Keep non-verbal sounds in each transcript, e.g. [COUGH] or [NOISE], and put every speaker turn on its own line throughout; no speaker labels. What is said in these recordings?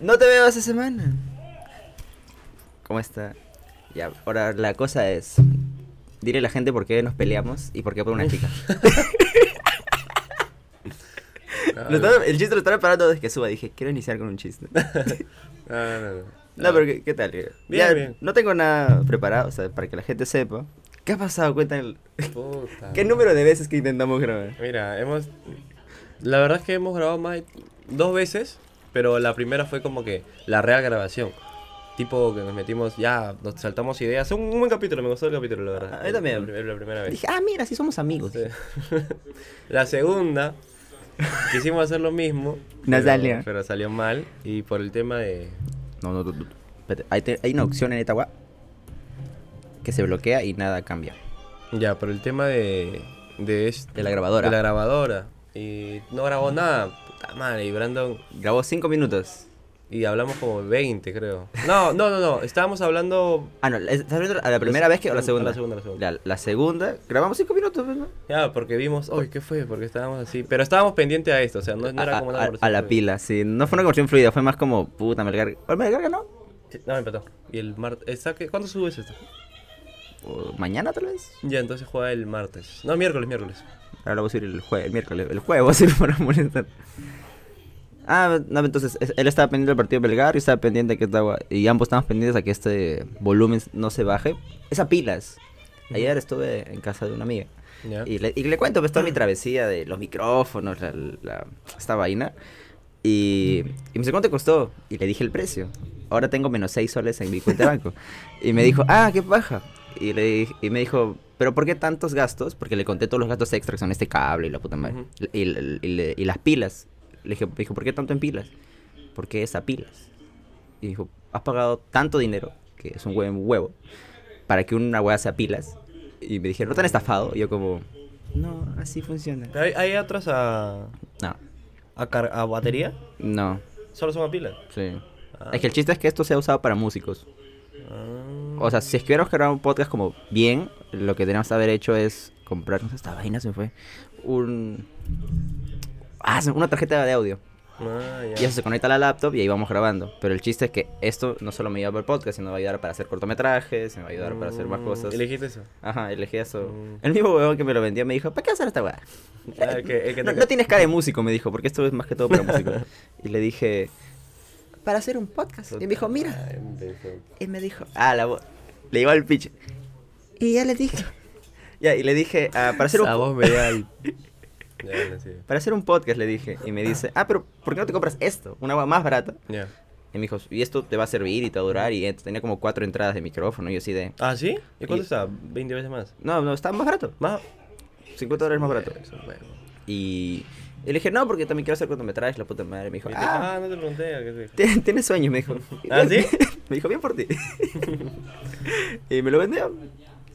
No te veo esta semana. ¿Cómo está? Ya, ahora la cosa es. Dile a la gente por qué nos peleamos y por qué por una chica. Lo estaba- el chiste lo estaba parando desde que suba. Dije, quiero iniciar con un chiste.
No, no, no.
No, pero ¿qué, qué tal? Bien,
Bien, bien.
No tengo nada preparado, o sea, para que la gente sepa. ¿Qué ha pasado? Cuéntame.
Puta.
¿Qué número de veces que intentamos grabar?
Mira, hemos. La verdad es que hemos grabado más de dos veces, pero la primera fue como que la real grabación. Tipo que nos metimos, ya, nos saltamos ideas. Un, un buen capítulo, me gustó el capítulo, la verdad.
A mí también.
La, la primera vez.
Dije, ah, mira, sí somos amigos.
Sí. [LAUGHS] la segunda, quisimos hacer lo mismo.
No
pero-
salió.
Pero salió mal. Y por el tema de.
No, no, no. no. Espérate, Hay, te- hay una opción en esta web que se bloquea y nada cambia.
Ya, por el tema de. De, este-
De la grabadora.
De la grabadora. Y no grabó nada. Puta madre, y Brandon.
Grabó cinco minutos.
Y hablamos como 20, creo. No, no, no, no. Estábamos hablando.
Ah, no, ¿estás viendo a la primera
se-
vez que o la
la
segunda?
segunda, la segunda.
La, la segunda, grabamos cinco minutos, pues, ¿no?
Ya, porque vimos. Uy, ¿qué fue? Porque estábamos así. Pero estábamos pendientes a esto, o sea, no, no
A-
era
a,
como una
a-
conversación
a la
fluida.
pila, sí. No fue una conversión fluida, fue más como, puta, Melgar. ¿O Melgar ganó?
Sí, No, me empató. Y el martes. ¿Cuándo subes esto?
¿O mañana tal vez?
Ya, entonces juega el martes. No, miércoles, miércoles.
Ahora lo voy a subir el jueves, el miércoles. El jueves [LAUGHS] voy a subir para molestar. Ah, no, entonces es- él estaba pendiente del partido de Belgar, yo estaba pendiente que estaba. Y ambos estábamos pendientes a que este volumen no se baje. Es a pilas. Ayer estuve en casa de una amiga.
Ya.
Y le, y le cuento pues, toda mi travesía de los micrófonos, la, la- esta vaina. Y, y me dice, ¿cuánto te costó? Y le dije el precio. Ahora tengo menos 6 soles en mi cuenta de banco. Y me dijo, ah, qué baja. Y, le, di- y me dijo, ¿pero por qué tantos gastos? Porque le conté todos los gastos extra, que son este cable y la puta madre.
Ujú.
y, y- y le- y las pilas. Le dije, me dijo, ¿por qué tanto en pilas? Porque es a pilas. Y dijo, has pagado tanto dinero, que es un hue- un huevo, para que una hueá sea pilas. Y me dijeron, ¿no tan estafado? Y yo como, no, así funciona.
¿Hay, hay otras a.
No,
a, car- a batería?
no,
Solo son a pila.
sí.
Ah.
Es que el chiste es que esto sea usado para músicos.
Ah.
O sea, si es que hubiéramos grabado un podcast como bien, lo que teníamos que haber hecho es comprar, ¿cómo se llama esta vaina se me fue, un... Ah, se- una tarjeta de audio.
Ah,
Y
ya.
eso se conecta a la laptop y ahí vamos grabando. Pero el chiste es que esto no solo me ayuda para el podcast, sino me va a ayudar para hacer cortometrajes, me va a ayudar para hacer más
Mm,
cosas.
Elegiste eso.
Ajá, elegí eso.
Mm.
El mismo huevón que me lo vendía me dijo, ¿para qué hacer esta weá?
Ah, el que- el que
no,
te-
no tienes cara de músico, me dijo, porque esto es más
[LAUGHS]
que todo para músicos. y le dije, para hacer un podcast. Y me dijo, mira.
Ay, imbécil.
Y me dijo, ah, la voz. Le iba al pitch. Y ya le dije. ya, y le dije, "Ah, para hacer un
Esa voz me da
[LAUGHS]
el- Ya, dale, sí.
Para hacer un podcast, le dije. Y me dice, ah, pero ¿por qué no te compras esto? Una agua más barata.
Ya.
Y me dijo, y esto te va a servir y te va a durar. Y eh, tenía como cuatro entradas de micrófono. Y yo así de,
¿Ah, sí? ¿Y cuánto
Y-
está? ¿20 veces más?
no, no, está más barato.
¿Más?
50 dólares más barato.
Eso, bueno.
Y, y le dije, no, porque también quiero hacer cortometrajes, la puta madre. Me
Y
dijo,
te-
ah,
Ah, no te pregunté. ¿a ¿Qué te dijo?
ti- tienes sueños, me dijo.
¿Ah, sí?
[LAUGHS] me dijo, bien
[LAUGHS]
por ti. y me lo vendió.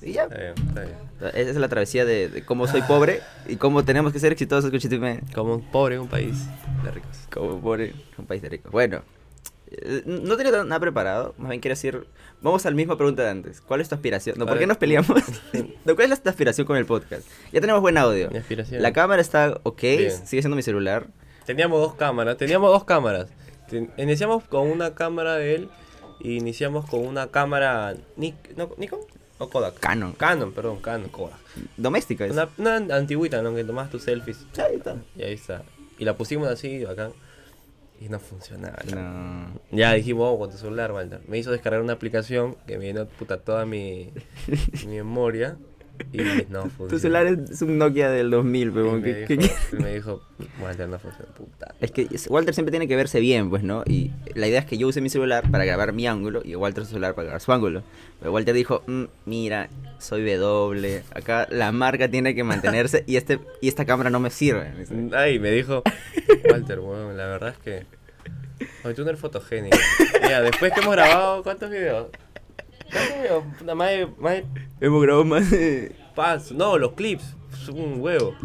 Y ya.
Está bien, está bien.
Esa es la travesía de, de cómo soy pobre y cómo tenemos que ser exitosos con chisme.
Como un pobre en un país de ricos.
Como pobre, un país de ricos. Bueno, eh, no tenía tan- nada preparado. Más bien quiero decir, vamos a la misma pregunta de antes. ¿Cuál es tu aspiración? No, ¿por
Vale.
qué
[LAUGHS]
nos peleamos? No, ¿Cuál es tu aspiración con el podcast? Ya tenemos buen audio.
Mi aspiración.
La cámara está ok,
Bien.
sigue siendo mi celular.
Teníamos dos cámaras, teníamos dos cámaras. Ten- iniciamos con una cámara de él y iniciamos con una cámara Nik- no, Nikon o Kodak.
Canon.
Canon, perdón, Canon, Kodak.
Doméstica es.
Una, una antigüita, ¿no? Que tomabas tus selfies
Sí, ahí está.
y ahí está. Y la pusimos así, acá. Y no funcionaba. la-
No.
Ya dijimos, oh, con tu celular, Walter. Me hizo descargar una aplicación que me llenó puta toda mi, mi memoria. Y no funcionó.
Tu celular es es un Nokia del 2000,
Y
pero
me,
¿qué- qué-
dijo, y me dijo, Walter, no funciona, puta.
Es que Walter siempre tiene que verse bien, pues, ¿no? Y la idea es que yo use mi celular para grabar mi ángulo y Walter su celular para grabar su ángulo. Pero Walter dijo, "Mm, mira, soy W, acá la marca tiene que mantenerse y, este, y esta cámara no me sirve. Me dice.
Ay, me dijo, Walter, weón, la verdad es que Hoy tú no eres fotogénico. Mira, después que hemos grabado, ¿cuántos videos? ¿Cuántos videos? Puta, Más de, más de
Hemos grabado más de...
pas- No, los clips. Es un huevo.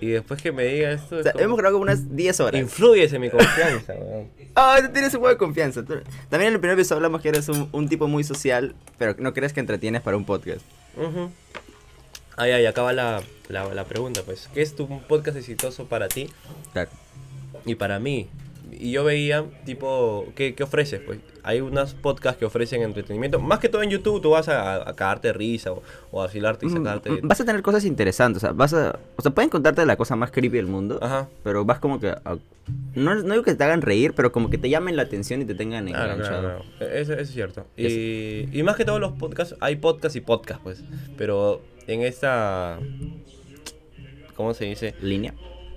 Y después que me diga esto.
O
es
sea,
como-
hemos grabado como unas 10 horas.
Influyes en mi confianza, weón.
Ah, tú tienes un huevo de confianza. Tú- También en el primer episodio hablamos que eres un, un tipo muy social, pero no crees que entretienes para un podcast.
Ujú. Ay, ay, acaba la, la, la pregunta, pues. ¿Qué es tu podcast exitoso para ti
Claro.
y para mí? Y yo veía, tipo, ¿qué, qué ofreces? Pues hay unos podcasts que ofrecen entretenimiento. Más que todo en YouTube, tú vas a, a, a cagarte de risa o, o a vacilarte y sacarte.
Mm, Vas a tener cosas interesantes, o sea, vas a... O sea, pueden contarte la cosa más creepy del mundo,
Ajá.
pero vas como que... a- No, no digo que te hagan reír, pero como que te llamen la atención y te tengan
Claro,
enganchado.
claro, claro. E- Eso, eso es cierto. Y, y más que todos los podcasts, hay podcast y podcast, pues. Pero en esta. ¿Cómo se dice?
¿Línea?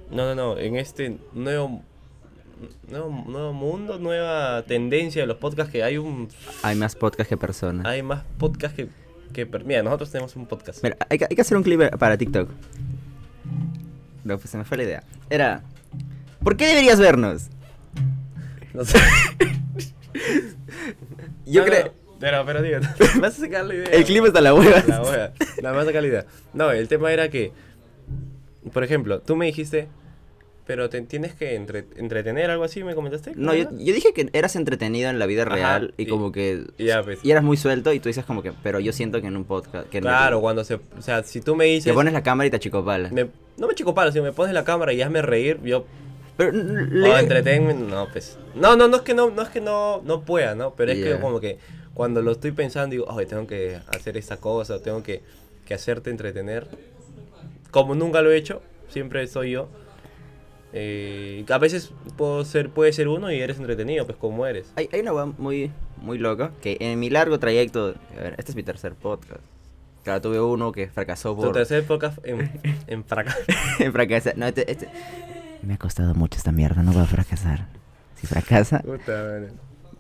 No, no, no, en este nuevo, nuevo, nuevo mundo, nueva tendencia de los podcasts, que hay un
Hay más podcast que personas.
hay más podcasts que, que... per- Mira, nosotros tenemos un podcast.
Mira, hay que, hay que hacer un clip para TikTok. No, pues se me fue la idea. Era... ¿Por qué deberías vernos?
No
[LAUGHS]
sé.
Yo
No, no,
creo...
pero, pero digo, [LAUGHS] me vas a sacar la idea.
El clip está la hueva.
La wea, la me vas a sacar la idea. No, el tema era que, por ejemplo, tú me dijiste, pero te tienes que entre- entretener, algo así, ¿me comentaste?
No, yo, yo dije que eras entretenido en la vida
Ajá,
real y,
y-
como que...
y ya, pues.
y eras muy suelto y tú dices como que... Pero yo siento que en un podcast... Que en-
Claro, cuando se... O sea, si tú me dices...
Te pones la cámara y te achicopalas.
me- no me chico palo, si me pones la cámara y hazme reír, yo
Pero n-
O
le-
entertainment, no, pues. No, no, no es que no, no es que no, no pueda, ¿no? Pero es
Ya.
que como que cuando lo estoy pensando digo, ay, tengo que hacer esta cosa, tengo que, que hacerte entretener. Como nunca lo he hecho, siempre soy yo. Eh, a veces puedo ser, puede ser uno y eres entretenido, pues como eres.
Hay, hay una web muy, muy loca que en mi largo trayecto... A ver, este es mi tercer podcast. Claro, tuve uno que fracasó
Tu
por...
tercer podcast [LAUGHS] en, en fracaso.
[LAUGHS] fracasa. No, este, este- Me ha costado mucho esta mierda, no va a fracasar. Si fracasa...
Puta madre.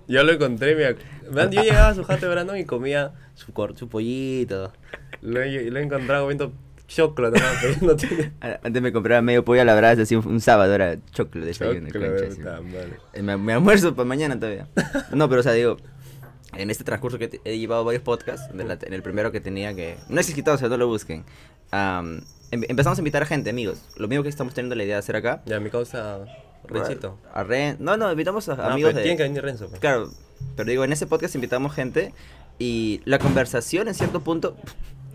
Yo lo encontré, mira. Man, Yo llegaba a su jato de verano y comía su, cor- su pollito. Lo he, lo he encontrado comiendo choclo, nomás, pero no [LAUGHS] tiene.
a- Antes me compraba medio pollo a la brasa, así un, un sábado era choclo de desayuno.
Choclo,
concha, así.
puta madre.
Eh, Me, me almuerzo para mañana todavía. No, pero o sea, digo, en este transcurso que te- he llevado varios podcasts, de la- en el primero que tenía que... No es escrito, o sea, no lo busquen. Am, em- empezamos a invitar a gente, amigos. Lo mismo que estamos teniendo la idea de hacer acá.
Ya, mi causa, Renchito.
A Ren... No, no, invitamos a
Ah,
amigos
pero
de...
Tiene que venir Renzo. pues.
Claro, pero digo, en ese podcast invitamos gente y la conversación en cierto punto...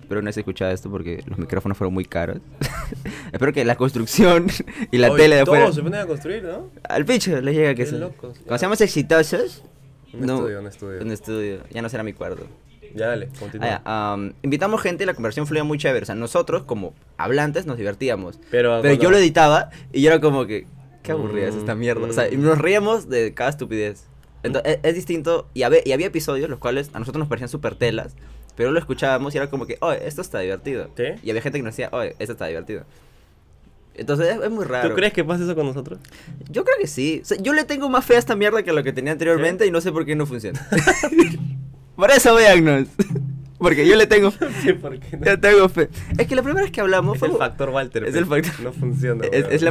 Pero no he escuchado esto porque los micrófonos fueron muy caros. [LAUGHS] Espero que la construcción y la
Oye,
tele de
todos
afuera...
se ponen a construir, ¿no?
Al picho les llega que
Qué
se...
locos, ya.
Cuando seamos exitosos...
Un estudio, un estudio.
Un estudio. Ya no será mi cuarto.
Ya, dale, continúa.
Ah, ya, am, invitamos gente y la conversación fluía muy chévere. O sea, nosotros como hablantes nos divertíamos.
Pero cuando-
yo lo editaba y yo era como que... Qué aburrida es
Mm,
esta mierda. O sea, y
mm.
nos reíamos de cada estupidez. Entonces, es, es distinto. Y, habe- y había episodios los cuales a nosotros nos parecían súper telas. Pero lo escuchábamos y era como que, oye, esto está divertido.
¿Sí?
Y había gente que nos decía, oye, esto está divertido. Entonces es, es muy raro.
¿Tú crees que pasa eso con nosotros? [LAUGHS]
Yo creo que sí. O sea, yo le tengo más fe a esta mierda que a lo que tenía anteriormente y no sé por qué no funciona. [LAUGHS] por eso véannos. [LAUGHS] Porque yo le [LAUGHS] tengo fe.
Sí, ¿por qué no?
Yo tengo fe. Es que la primera vez que hablamos
Es
fue.
el factor Walter.
Es
pues.
el factor-
No funciona.
Es,
weón.
es [LAUGHS] la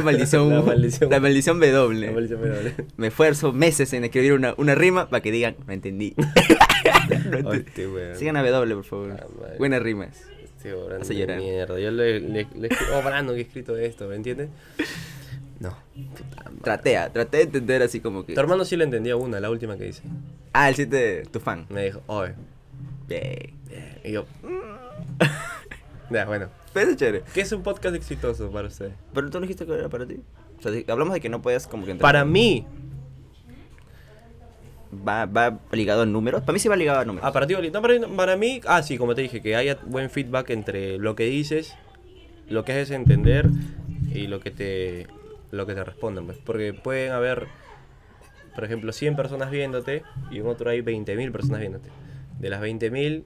[LAUGHS]
maldición.
la maldición.
La maldición eh.
La
W.
maldición, pero dale.
Me esfuerzo meses en escribir una, una rima para que digan, no [LAUGHS] entendí. [LAUGHS] No ent-
Hostia, weón.
Sigan a W, por
Ah,
favor.
madre.
Buenas rimas.
Este Brandon
Hace
de
llorar.
mierda. Yo le, le, le escri- oh, Brandon, que he escrito esto, ¿me entiendes? No.
Tratea, traté de entender así como que.
Tu hermano sí le entendía una, la última que hice.
Ah, el 7 de tu fan.
Me dijo, oye.
Yay.
eh, Y yo. mm. [LAUGHS] ya, bueno.
Pero es chévere.
¿Qué es un podcast exitoso para usted?
Pero tú no dijiste que era para ti. O sea, si- hablamos de que no podías como que entender.
Para mí.
va, va ligado a números. Para mí sí va ligado a números.
Ah, para ti, Oli- no, para, mí no, para mí. Ah, sí, como te dije, que haya buen feedback entre lo que dices, lo que haces entender y lo que te, lo que te responden. pues. Porque pueden haber, por ejemplo, 100 personas viéndote y en otro hay 20.000 personas viéndote. De las 20.000,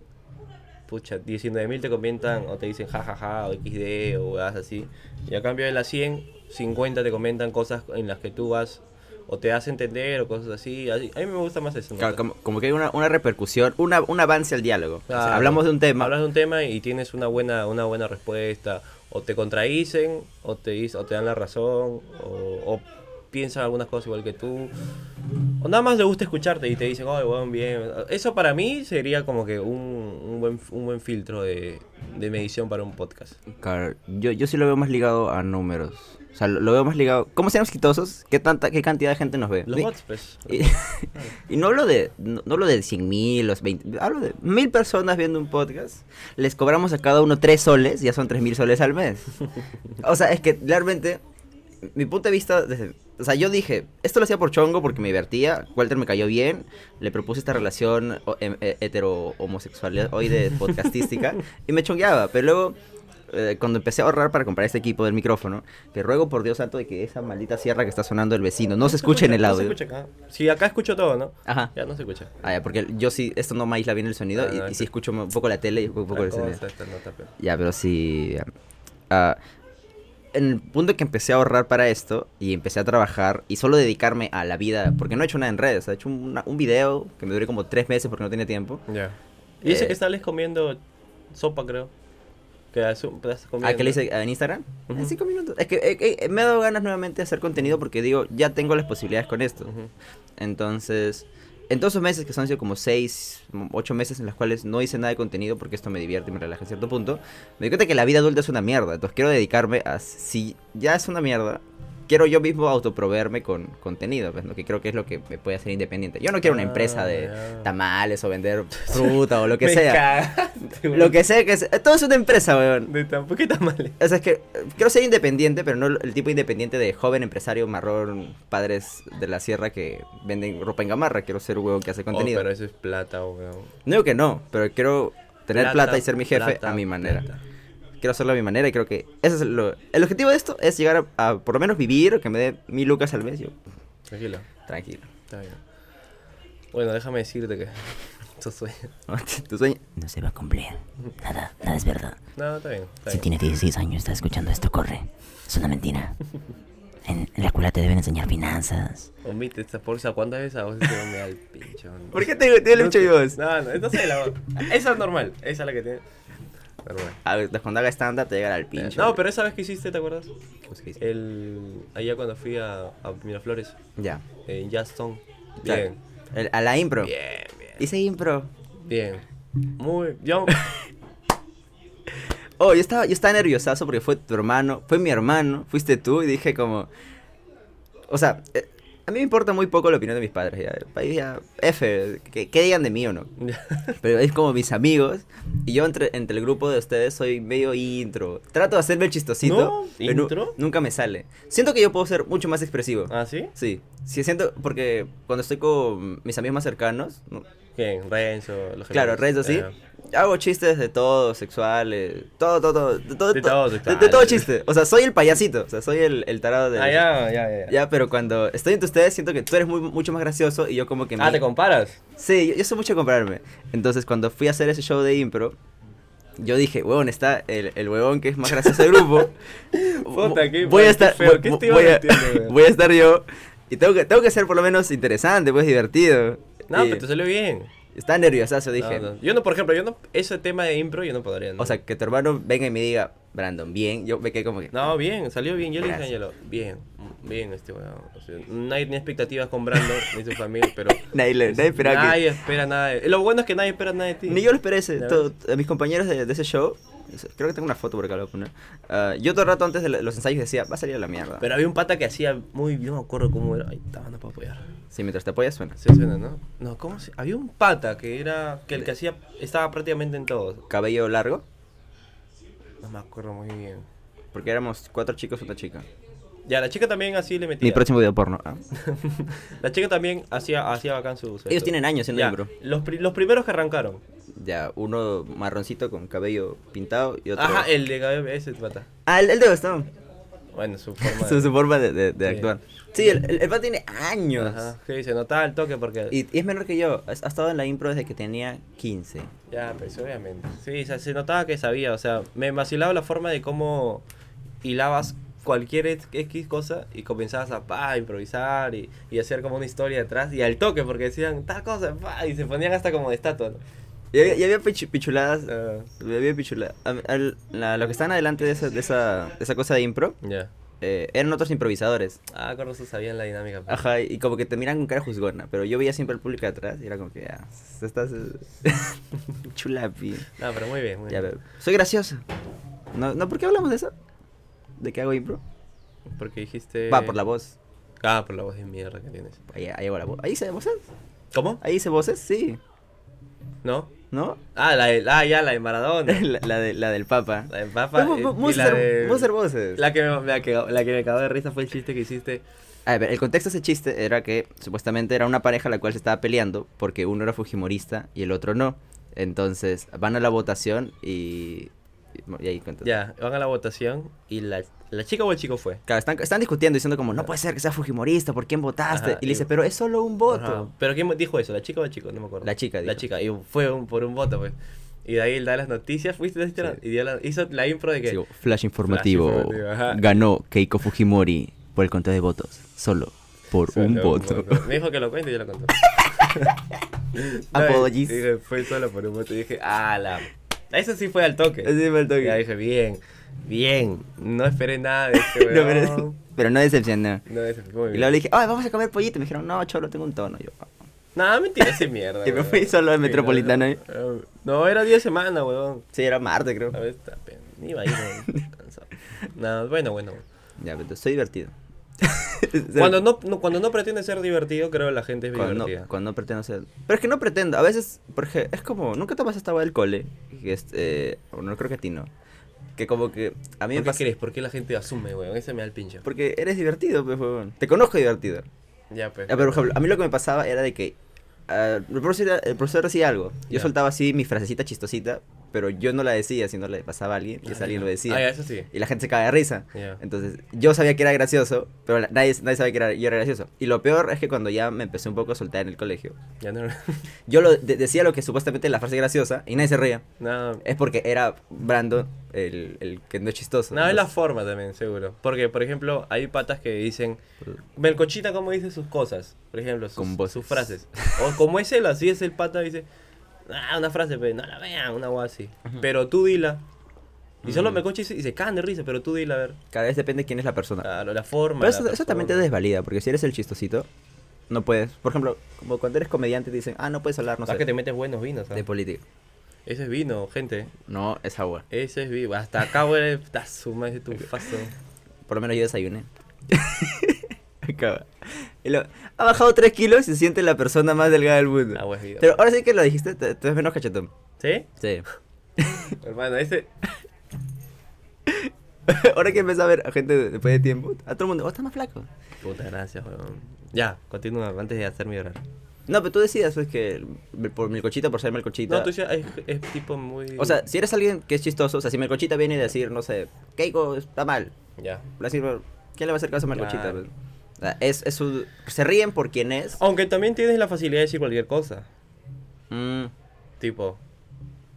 pucha, 19.000 te comentan o te dicen jajaja o XD o cosas así. Y a cambio de las 100, 50 te comentan cosas en las que tú vas o te das entender o cosas así. así. A mí me gusta más eso. ¿no?
Ah, Claro, como, como que hay una, una repercusión, una, un avance al diálogo. O sea,
Claro.
Ah, hablamos de un tema.
Hablas de un tema y tienes una buena, una buena respuesta. O te contradicen, o te, dis- o te dan la razón, o, o piensan algunas cosas igual que tú. O nada más le gusta escucharte y te dicen, oh, weón, bien. Eso para mí sería como que un, un buen, un buen filtro de, de medición para un podcast.
Claro, yo, yo sí lo veo más ligado a números. O sea, lo, lo veo más ligado. ¿Cómo sean exitosos? ¿Qué, tanta, ¿Qué cantidad de gente nos ve?
Los
Ni-
bots, pues.
Y, [LAUGHS] y no hablo de no, no hablo de 100 mil, los 20, hablo de mil personas viendo un podcast. Les cobramos a cada uno 3 soles, ya son 3 mil soles al mes. O sea, es que realmente, mi punto de vista, desde, o sea, yo dije, esto lo hacía por chongo porque me divertía, Walter me cayó bien, le propuse esta relación o- em- eh, hetero-homosexualidad hoy de podcastística y me chongueaba, pero luego... eh, cuando empecé a ahorrar para comprar este equipo del micrófono, que ruego por Dios santo de que esa maldita sierra que está sonando el vecino no se escuche en el
No se
audio.
escucha acá. Sí, acá escucho todo, ¿no?
Ajá.
Ya no se escucha.
Ah, ya, porque yo sí, esto no me aísla bien el sonido
Ah,
y,
no, Ah,
y
es que-
sí escucho un poco la tele y un poco
La
el sonido.
cosa, esta nota, pero-
Ya, pero sí... ah, en el punto que empecé a ahorrar para esto y empecé a trabajar y solo dedicarme a la vida, porque no he hecho nada en redes, he hecho una- un video que me duré como tres meses porque no tenía tiempo.
Ya. Y ese
Eh,
que sales comiendo sopa, creo. Que asu- estás comiendo.
¿A Ah, qué le hice en Instagram?
Ujú.
En cinco minutos. Es que eh, eh, me ha dado ganas nuevamente de hacer contenido porque digo, ya tengo las posibilidades con esto.
Ujú.
Entonces, en todos esos meses, que han sido como 6, 8 meses en los cuales no hice nada de contenido porque esto me divierte y me relaja a cierto punto, me di cuenta que la vida adulta es una mierda. Entonces quiero dedicarme a, si ya es una mierda, quiero yo mismo autoproveerme con contenido, pues, ¿no? que creo que es lo que me puede hacer independiente. Yo no quiero una
Ah,
empresa de
ya.
tamales
[LAUGHS]
o vender fruta o lo que
Me
sea.
cagaste,
Lo
weón.
que sea que sea. Todo es una empresa, weón.
De tam- ¿Por qué tan mal?
O sea, es que eh, quiero ser independiente, pero no el el tipo independiente de joven empresario marrón, padres de la sierra que venden ropa en gamarra. Quiero ser un huevo que hace [LAUGHS]
Oh,
contenido.
pero eso es plata, weón.
No digo que no, pero quiero tener plata, y ser mi jefe
plata,
a mi manera.
plata.
Quiero hacerlo a mi manera y creo que ese es lo... El objetivo de esto es llegar a, a por lo menos vivir o que me dé mil lucas al mes. Yo,
Tranquilo,
tranquilo.
está bien. Bueno, déjame decirte que. [LAUGHS] Esto soy.
[LAUGHS] tu sueño...
No se va a cumplir. Nada, nada es verdad.
No, está bien. Está
Si
bien.
tienes 16 años y estás escuchando esto, corre. Es una mentira. En la escuela te deben enseñar finanzas.
Omite esta porza. ¿Cuántas veces a vos se me da el pincho?
¿Por qué te, te lo he dicho yo?
No, no, no sé, la Esa es normal. Esa es la que tiene. Normal.
A ver, cuando haga stand-up te llegará al pincho.
Eh,
Pues
No, pero esa vez que hiciste, ¿te acuerdas?
¿Cómo se dice?
El, allá cuando fui a, a Miraflores,
Ya.
en Jazz Town.
Claro.
Bien,
El- a la impro.
bien, bien.
Hice impro.
Bien. Muy yo-
Oh, yo estaba, yo estaba nerviosazo porque fue tu hermano, fue mi hermano, fuiste tú y dije como... O sea, eh, a mí me importa muy poco la opinión de mis padres. Ya, el país ya, F, que, que digan de mí
[LAUGHS]
o no. Pero es como mis amigos y yo entre, entre el grupo de ustedes soy medio intro. Trato de hacerme el chistosito.
No,
pero nu-
¿intro?
Nunca me sale. Siento que yo puedo ser mucho más expresivo.
¿Ah, sí?
Sí, sí siento, porque cuando estoy con mis amigos más cercanos, no-
Bien, Renzo, los
Claro,
gemelos.
redes así.
Ah,
Hago chistes de todo, sexuales, todo, todo, todo. De todo,
De todo
de-
sexual.
de todo chiste. O sea, soy el payasito, o sea, soy el, el tarado de...
Ah, ya, ya, ya.
Ya, pero cuando estoy entre ustedes siento que tú eres muy- mucho más gracioso y yo como que...
Ah,
me-
¿te comparas?
Sí, yo, yo sé mucho comprarme. Entonces, cuando fui a hacer ese show de impro, yo dije, huevón, está el, el huevón que es más gracioso del grupo.
[LAUGHS] Puta, qué-
voy
qué
a estar,
feo,
voy-
qué
voy,
estima
a, [LAUGHS]
divertido, weón.
voy a estar yo y tengo que, tengo que ser por lo menos interesante, pues divertido.
No,
Y
pero te salió bien.
Estaba nerviosazo, dije.
No, no. Yo no, por ejemplo, yo no. Ese tema de impro yo no podría. ¿no?
O sea, que tu hermano venga y me diga, Brandon, bien, yo me quedé como que...
No, bien, salió bien. Yo le dije a
Gracias.
Angelo, bien, bien este weón. O sea, nadie tenía expectativas con Brandon ni su familia, pero.
Nadie, le- [LAUGHS] nadie esperaba que-
nadie espera nada de... Lo bueno es que nadie espera nada de ti.
Ni yo lo esperé, ese,
Ya
todo- a mis compañeros de, de ese show, creo que tengo una foto por acá, lo voy a poner. Ah, yo todo el rato antes de la- los ensayos decía, va a salir a la mierda.
Pero había un pata que hacía muy bien, no me acuerdo cómo era. Ay, estaba, no puedo apoyar.
Sí, mientras te apoyas suena.
Se suena, ¿no? No, ¿cómo se.? Había un pata que era. que el que hacía. estaba prácticamente en todos.
Cabello largo,
No me acuerdo muy bien.
porque éramos cuatro chicos y una chica.
Ya, la chica también así le metía.
Mi próximo video porno. ah.
[LAUGHS] La chica también hacía, hacía bacán su. su
Ellos
esto.
tienen años siendo
Ya,
impro.
Los, pri- los primeros que arrancaron.
Ya, uno marroncito con cabello pintado y otro...
Ajá, el de Gabriel, ese pata.
Ah, el, el de Gastón.
Bueno,
[LAUGHS]
su forma. de-
Su, su forma de, de- de
Sí.
actuar. Sí, el, el, el pata tiene años.
Ajá, sí, se notaba el toque porque.
Y, y es menor que yo. Ha, ha estado en la impro desde que tenía 15.
Ya, pues obviamente. Sí, se, se notaba que sabía, o sea, me vacilaba la forma de cómo hilabas cualquier ex- X cosa y comenzabas a pa, improvisar y, y hacer como una historia detrás y al toque porque decían tal cosa pa, y se ponían hasta como de estatua. ¿no?
Y había, y había pichu- pichuladas.
Ah,
Había pichuladas. Al- al- la- lo que estaban adelante de esa, de, esa, de esa cosa de impro
ya.
eh, eran otros improvisadores.
Ah, con razón sabían la dinámica. pues.
Ajá, y como que te miran con cara juzgona, pero yo veía siempre al público de atrás y era como que ya, estás [LAUGHS] eh, chulapi.
No, pero muy bien, muy
Ya,
bien.
pero soy gracioso. No, no, ¿por qué hablamos de eso? ¿De qué hago impro?
Porque dijiste.
Va, por la voz.
Ah, por la voz de mierda que tienes.
Ahí, ahí hago la voz. ¿Ahí hice voces?
¿Cómo?
¿Ahí hice voces? Sí.
¿No?
¿No?
Ah, la de, ah, ya, la de
[LAUGHS]
Maradona.
la, la de- la del Papa.
la de Papa.
Vamos-
eh, y
vamos- vamos a
la
hacer-
de-
vamos a hacer voces.
La que, me, la, que, la que me cagó de risa fue el chiste que hiciste.
A ver, el contexto de ese chiste era que supuestamente era una pareja la cual se estaba peleando porque uno era fujimorista y el otro no. Entonces van a la votación y. y ahí cuentas.
Ya, van a la votación y la, la chica o el chico fue.
Claro, están, están discutiendo diciendo como, no puede ser que sea fujimorista, ¿por quién votaste?
Ajá,
y le dice,
y-
pero es solo un voto.
Ajá. Pero ¿quién dijo eso? ¿La chica o el chico? No me acuerdo.
La chica
La
dijo.
chica. Y fue un- por un voto, pues. Y de ahí él da las noticias, fuiste fuiste la- y dio la- hizo la impro de que...
Sigo, flash informativo.
informativo, ajá.
ganó Keiko Fujimori por el conteo de votos. Solo por
Solo
un voto. [LAUGHS]
Me dijo que lo cuente y yo lo conté.
Apologies.
No, y- dije, fue solo por un voto. Y dije, ah, la... Eso sí fue al toque.
Así me
Ya
toque.
dije, bien, bien. No esperé nada de este
[LAUGHS] No, pero,
weón.
pero no decepcionó.
No, ese fue muy
Y
bien.
luego le dije, ay, vamos a comer pollito. Y me dijeron, no, cholo, tengo un tono. Yo, "Ah".
No, mentira, ese mierda.
[LAUGHS] Que me
weón.
fui solo al
Sí,
Metropolitano,
no, no, no, No, era 10 semanas, weón.
sí, era Marte, creo.
A ver, está pe- Iba a ir,
[LAUGHS]
weón. cansado. No, bueno, bueno.
Ya, pero
[LAUGHS]
estoy divertido.
Cuando no, no- cuando no pretende ser divertido, creo que la gente es
cuando,
divertida.
no, cuando no pretendo ser. Pero es que no pretendo. A veces, porque es como. Nunca te pasa esta hueá del cole. Que es, eh, bueno, creo que a ti no. Que como que. A mí me
¿Por qué
pasa.
crees? ¿Por qué la gente asume, weón? Ese me da el pinche.
Porque eres divertido, pues, huevón. Te conozco divertido.
Ya, pues.
Ya, Ah, pero, por ejemplo, a mí lo que me pasaba era de que ah, el, profesor, el profesor decía algo. Yo
Ya.
soltaba así mi frasecita chistosita, pero yo no la decía, sino le pasaba a alguien y
Ah,
ese alguien
ya.
lo decía.
Ah, ya, eso sí.
Y la gente se cae de risa.
Ya.
Entonces, yo sabía que era gracioso, pero la- nadie, nadie sabía que era, yo era gracioso. Y lo peor es que cuando ya me empecé un poco a soltar en el colegio,
Ya no. [LAUGHS]
yo lo de- decía lo que supuestamente la frase graciosa y nadie se reía.
No.
Es porque era Brandon el, el que no es chistoso.
No, es la
Entonces,
forma también, seguro. Porque, por ejemplo, hay patas que dicen, Melcochita, ¿cómo dice sus cosas? Por ejemplo, sus,
Con voces.
sus frases. O como es él, así es el pata, dice, ah, una frase, pero no la vean, una guay así. Pero tú dila. Y
Mm.
solo Melcochita dice, y se cagan de risa, pero tú dila, a ver.
cada vez depende de quién es la persona.
Claro, la forma.
Ah. Pero
la
eso, eso también te
persona.
desvalida, porque si eres el chistosito, no puedes. Por ejemplo, como cuando eres comediante te dicen, ah, no puedes hablar, no
Ah,
sé,
que te metes buenos vinos. ¿ah?
de política.
Ese es vino, gente.
No, es agua.
Ese es vino. Hasta acá, güey, está suma de tu faso.
Por lo menos yo desayuné. [LAUGHS] Acaba. Y luego, ha bajado 3 kilos y se siente la persona más delgada del mundo.
Ah, güey, es vida.
Pero ahora sí que lo dijiste, te, te ves menos cachetón.
¿Sí?
Sí.
Hermano, ese...
[LAUGHS] ahora que empecé a ver a gente de- después de tiempo, a todo el mundo, oh, estás más flaco.
Puta, gracias, weón. Ya, continúa, antes de hacerme llorar.
No, pero tú decías, pues, que el- por melcochita, por ser melcochita.
No, tú ya es, es tipo muy.
O sea, si eres alguien que es chistoso, o sea, si melcochita viene a decir, no sé, Keiko está mal,
ya.
La sirva- ¿Quién le va a hacer caso a Melcochita?
Claro. Oh.
Ah, Es, es un- se ríen por quien es.
Aunque también tienes la facilidad de decir cualquier cosa.
Mm,
Tipo,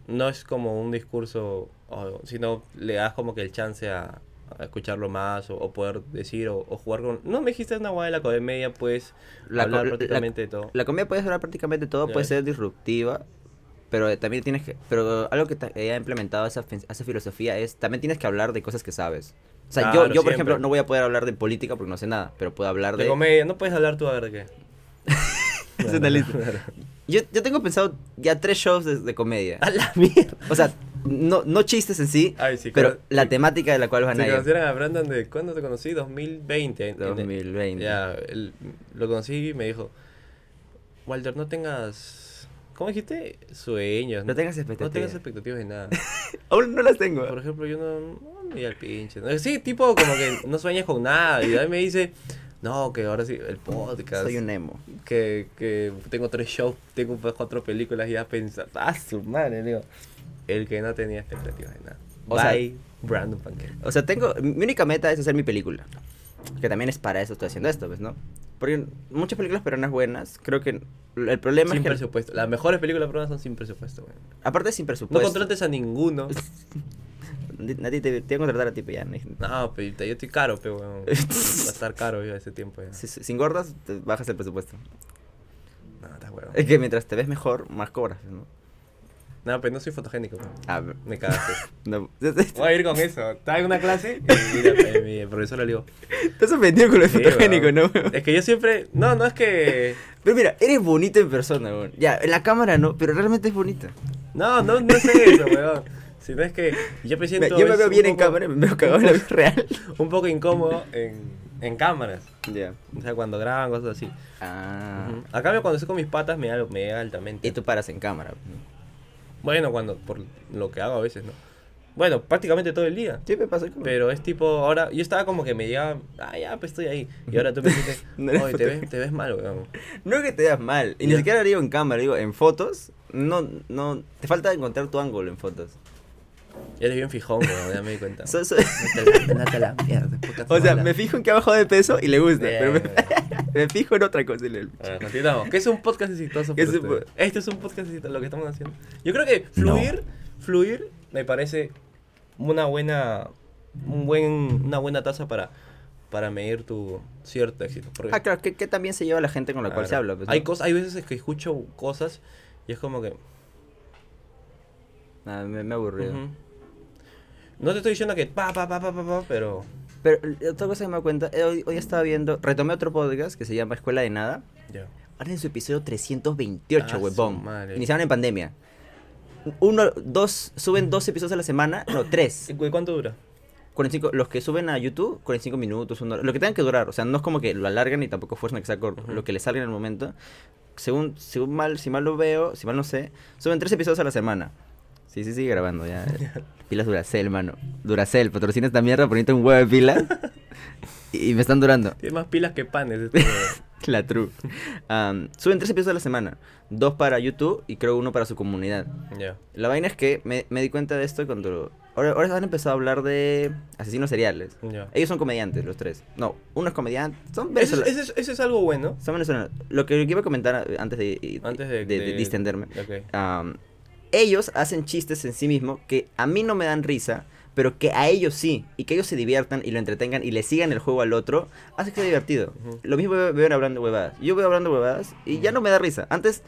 no es como un discurso, o- sino le das como que el chance a, a escucharlo más o, o poder decir o, o jugar con. No me dijiste una guay de la comedia, pues.
la,
hablar
co- la-
prácticamente de todo.
la comida puede hablar prácticamente de todo,
Ya
puede
ves.
ser disruptiva, pero eh, también tienes que... Pero algo que ta- eh, ha implementado esa, fin- esa filosofía es, también tienes que hablar de cosas que sabes. O sea, yo,
Claro,
yo por
siempre.
ejemplo, no voy a poder hablar de política porque no sé nada, pero puedo hablar
De
de... [LAUGHS]
comedia, no puedes hablar tú a ver de qué. [LAUGHS]
Es una lista. Yo, yo tengo pensado ya tres shows de, de comedia.
A la mierda.
O sea, no, no chistes en sí,
Ay, sí,
pero
claro.
la temática de la cual van
Si
a ir.
conocieran a Brandon de cuándo te conocí, 2020. en- en-
2020.
Ya, él- lo conocí y me dijo, Walter, no tengas, ¿cómo dijiste? Sueños.
No
No
tengas
tengas
expectativas.
expectativas de nada.
Aún no las tengo.
Por ejemplo, yo no, no me di al pinche. ¿no? Sí, tipo como que no sueñas con nada. Y ahí me dice, no, que ahora sí, el podcast.
Soy un emo.
que, que tengo tres shows, tengo pues, cuatro películas y ya pensar, ah, su madre, digo. El que no tenía expectativas de nada.
O sea-
Bye, Brandon Pancake.
O sea, tengo. Mi única meta es hacer mi película. Que también es para eso estoy haciendo esto, pues, ¿no? Porque muchas películas peruanas buenas, creo que el problema
Sin
es que.
presupuesto. Las mejores películas peruanas son sin presupuesto, güey.
Aparte sin
No
presupuesto.
contrates a
[LAUGHS]
ninguno.
Nadie te, te va a contratar a ti, pues, ya. no hay-
No, pero yo estoy caro, pero
[LAUGHS]
weón. Va a estar caro yo ese tiempo ya.
si- si- sin gordas, te bajas el presupuesto. [LAUGHS]
No, está huevón.
Eh. Es que mientras te ves mejor, más cobras, ¿no?
No, pues no soy fotogénico. pues.
Ah, pero-
Me cagaste.
[LAUGHS] no.
Voy a ir con eso. Estaba en una clase y mira, [LAUGHS] eh, mi profesor le digo.
Estás ofendido con lo de
"Sí,
[LAUGHS] fotogénico,
weón".
¿no?
Es que yo siempre. No, no es que.
Pero mira, eres bonito en persona, weón. Ya, en la cámara no, pero realmente es bonita.
No, no, no es
[LAUGHS]
eso, weón. Sino es que yo me
Mira,
siento.
Yo me
es
veo
un
bien en
poco-
cámara, me veo cagado en
[LAUGHS]
la vida real.
Un poco incómodo en, en cámaras.
Ya.
O sea, cuando graban, cosas así.
Ah.
Ujú. A cambio, cuando estoy con mis patas, me da, me da altamente.
Y tú paras en cámara.
Bueno, cuando. Por lo que hago a veces, ¿no? Bueno, prácticamente todo el día.
Sí, me pasó como.
Pero es tipo, ahora, yo estaba como que me llegaba, ah, ya, pues estoy ahí. Y ahora tú me dices,
[LAUGHS] No eres
oye, te ves, te ves mal, weón.
No es que te veas mal, y ni
Ya.
siquiera lo digo en cámara, digo en fotos. No, no, te falta encontrar tu ángulo en fotos.
Eres bien fijón, weón, ya me di cuenta.
[LAUGHS] So- so-
Andate a la- andate a la mierda, puta tu
o sea,
mala.
me fijo en que ha bajado de peso y le gusta,
Bien,
pero me,
bien.
[LAUGHS] me fijo en otra cosa. y le-
A ver, continuamos. ¿Qué es un podcast exitoso?
¿Qué
para
es un
ustedes?
po-
Este es un podcast exitoso, lo que estamos haciendo. Yo creo que fluir, fluir me parece una buena, un buen, una buena tasa para, para medir tu cierto éxito. Porque-
Ah, claro, que, que también se lleva la gente con la cual se
Claro.
habla. pues,
hay,
¿no?
cosas, hay veces que escucho cosas y es como que,
Ah, me, me aburrió.
Ujú. No te estoy diciendo que pa, pa, pa, pa, pa, pa, pero.
Pero eh, otra cosa que me doy cuenta, eh, hoy, hoy estaba viendo, retomé otro podcast que se llama Escuela de Nada.
Ya.
Ahora en su episodio 328,
Ah, su
huevón.
madre.
Iniciaron en pandemia. Uno, dos, suben dos episodios a la semana, no, tres.
¿Y cu- cuánto dura?
45, los que suben a YouTube, 45 minutos, una hora, lo que tengan que durar. O sea, no es como que lo alargan y tampoco fuerzan a que sea corto. Lo que les salga en el momento. Según, según mal, si mal lo veo, si mal no sé, suben tres episodios a la semana. Sí, sí, sigue grabando ya. Pilas Duracell, mano. Duracell, patrocina esta mierda, ponete un huevo de pilas. y y me están durando.
Tiene más pilas que panes. este huevón.
La true. Am, suben tres episodios a la semana. Dos para YouTube y creo uno para su comunidad.
[LAUGHS] ya.
La vaina es que me, me di cuenta de esto cuando... Ahora, ahora han empezado a hablar de asesinos seriales.
Ya.
Ellos son comediantes, los tres. No, uno es comediante. Son
Eso,
venezolanos.
es- eso es- eso es algo bueno.
Son venezolanos. Lo que iba a comentar a- antes de, y-
Antes de,
de- de distenderme.
Ok.
am, ellos hacen chistes en sí mismos que a mí no me dan risa, pero que a ellos sí. Y que ellos se diviertan y lo entretengan y le sigan el juego al otro. Hace que sea divertido.
Ujú.
Lo mismo veo, veo en hablando huevadas. Yo veo hablando huevadas y ya no me da risa. Antes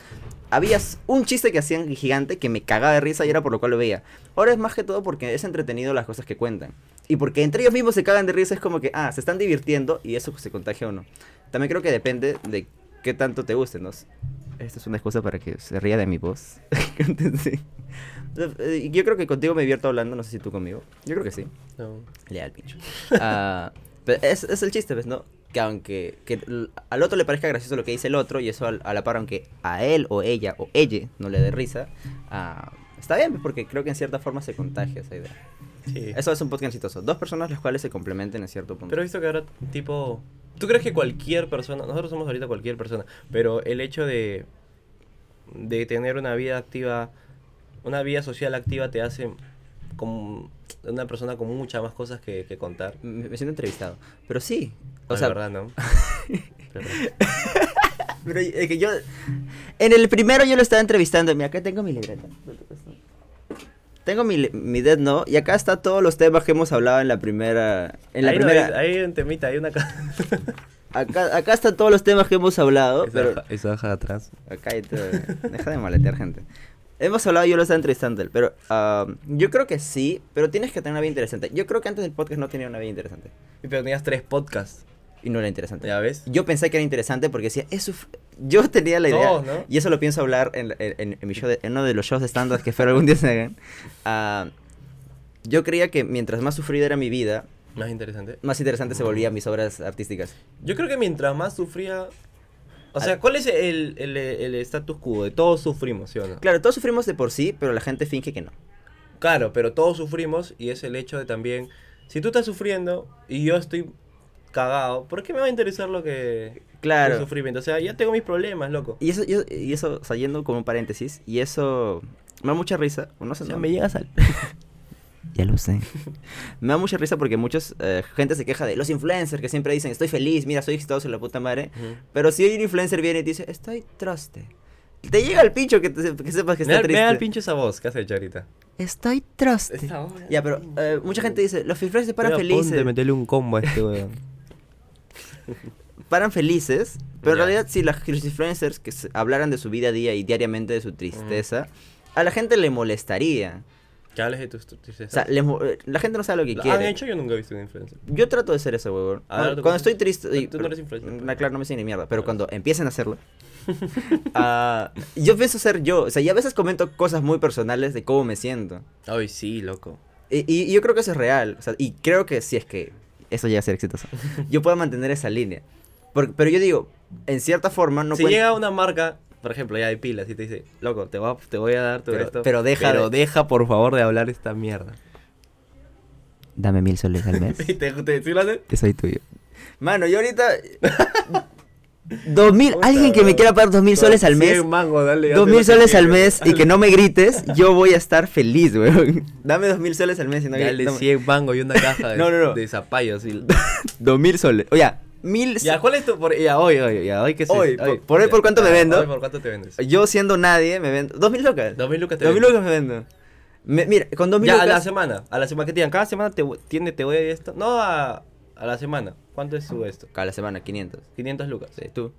había s- un chiste que hacían gigante que me cagaba de risa y era por lo cual lo veía. Ahora es más que todo porque es entretenido las cosas que cuentan. Y porque entre ellos mismos se cagan de risa es como que, ah, se están divirtiendo y eso se contagia o no. También creo que depende de qué tanto te guste, ¿no? Esta es una excusa para que se ría de mi voz. [LAUGHS] Sí. Eh, Yo creo que contigo me divierto hablando, no sé si tú conmigo. Yo creo que sí.
No. [LAUGHS]
Leal, pincho. Ah, pero es, es el chiste, ¿ves? ¿No? Que aunque que l- al otro le parezca gracioso lo que dice el otro, y eso al- a la par, aunque a él o ella o ella no le dé risa, ah, está bien, pues, porque creo que en cierta forma se contagia esa idea.
Sí.
Eso es un podcast exitoso. Dos personas las cuales se complementen en cierto punto.
Pero he visto que ahora, tipo. ¿Tú crees que cualquier persona, nosotros somos ahorita cualquier persona, pero el hecho de. de tener una vida activa, una vida social activa, te hace como una persona con muchas más cosas que, que contar?
me, me siento entrevistado. Pero sí. O
La
sea,
verdad, [LAUGHS] ¿no? Pero-
pero es que yo. En el primero yo lo estaba entrevistando. Mira, acá tengo mi libreta. Tengo mi, li- mi Death Note, y acá está todos los temas que hemos hablado en la primera. En la
ahí no
primera.
hay, ahí hay un temita, hay una ca- [LAUGHS]
Acá, acá están todos los temas que hemos hablado, pero...
esa hoja de atrás.
Acá hay todo. Deja de maletear, gente. Hemos hablado, yo lo estaba entrevistando, él, pero ah, yo creo que sí, pero tienes que tener una vida interesante. Yo creo que antes del podcast no tenía una vida interesante.
Y pero tenías tres podcasts.
Y no era interesante.
¿Ya ves?
Yo pensé que era interesante porque decía, eso... f- Yo tenía la idea,
Todos, ¿no?
y eso lo pienso hablar en, en- en mi show de- en uno de los shows de stand-up que espero algún día se hagan. Ah, yo creía que mientras más sufrida era mi vida,
Más interesante.
más interesante se volvían mis obras artísticas.
Yo creo que mientras más sufría. O sea, ¿cuál es el, el, el status quo? De todos sufrimos, ¿sí o no?
Claro, todos sufrimos de por sí, pero la gente finge que no.
Claro, pero todos sufrimos y es el hecho de también. Si tú estás sufriendo y yo estoy cagado, ¿por qué me va a interesar lo que.
Claro.
el sufrimiento? O sea, ya tengo mis problemas, loco.
Y eso, y eso- y eso, o sea, yendo como un paréntesis, y eso me da mucha risa. o No sé,
O sea,
no,
me llegas
[LAUGHS]
al.
Ya lo sé.
me da mucha risa porque muchos eh, gente se queja de los influencers que siempre dicen, estoy feliz, mira, soy exitoso, la puta madre.
Ujú.
Pero si un influencer viene y te dice, estoy traste. Te llega el pincho que, te- que sepas que
Me da-
está
me da el
triste.
pinche esa voz que has hecho ahorita.
Estoy traste.
Ya, pero eh, mucha gente dice, los influencers paran
Mira, ponte,
felices.
metele un combo a este weón.
Paran felices. Pero en
Ya.
realidad, si las- los influencers que se- hablaran de su vida a día y diariamente de su tristeza, a la gente le molestaría.
[LAUGHS] Que hables de tus
O sea,
tristezas.
les mo- eh, la gente no sabe lo que
¿La
quiere.
han hecho? Yo nunca he visto un influencer.
Yo trato de ser ese huevón.
Ah,
Cuando,
tú-
cuando estoy triste. y-
tú no eres influencer,
mm,
pero-
Claro, no me sé ni mierda. Pero cuando empiecen a hacerlo. [LAUGHS] ah, yo pienso ser yo. O sea, y a veces comento cosas muy personales de cómo me siento.
Ay, sí, loco.
Y, y- y yo creo que eso es real. o sea, y creo que si es que eso llega a
[LAUGHS]
ser exitoso, yo puedo mantener esa línea. Por- pero yo digo, en cierta forma, no
si
cuen-
llega una marca, por ejemplo, ya de pilas, y te dice, loco, te voy a, te voy a dar todo
Pero-
esto.
pero deja
Pero
de-
deja, por favor, de hablar esta mierda.
Dame mil soles
[LAUGHS]
al mes.
¿Te, te, ¿Sí lo haces?
que soy tuyo.
Mano, yo [LAUGHS] ahorita.
Dos mil.
Puta,
Alguien que me
bro.
quiera pagar dos mil soles al mes.
100 mangos, dale, ya
Dos
te
mil
lo que
soles al
quieres.
mes y que no me grites, yo voy a estar feliz, weón. Dame dos mil soles al mes y no
Dale
grites.
100 mangos y una caja de,
[LAUGHS] No, no, no.
de zapallos. Y...
[LAUGHS] Dos mil soles. O ya, mil.
ya, ¿cuál es tu...? Por, ya, hoy, hoy, ya, hoy que se...
Hoy, por- por hoy, ¿por cuánto me vendo?
Hoy, ¿por cuánto te vendes?
Yo siendo nadie me vendo. Dos mil lucas.
Dos mil lucas te
Dos mil
vendes.
lucas me vendo. Me- mira, con dos mil
Ya, a la
lucas.
semana. A la semana, que te digan? Cada semana te, vo- tiene, te voy a esto. No, a, a la semana. ¿Cuánto es su esto?
Cada semana, 500.
500 lucas. eh,
Sí, tú.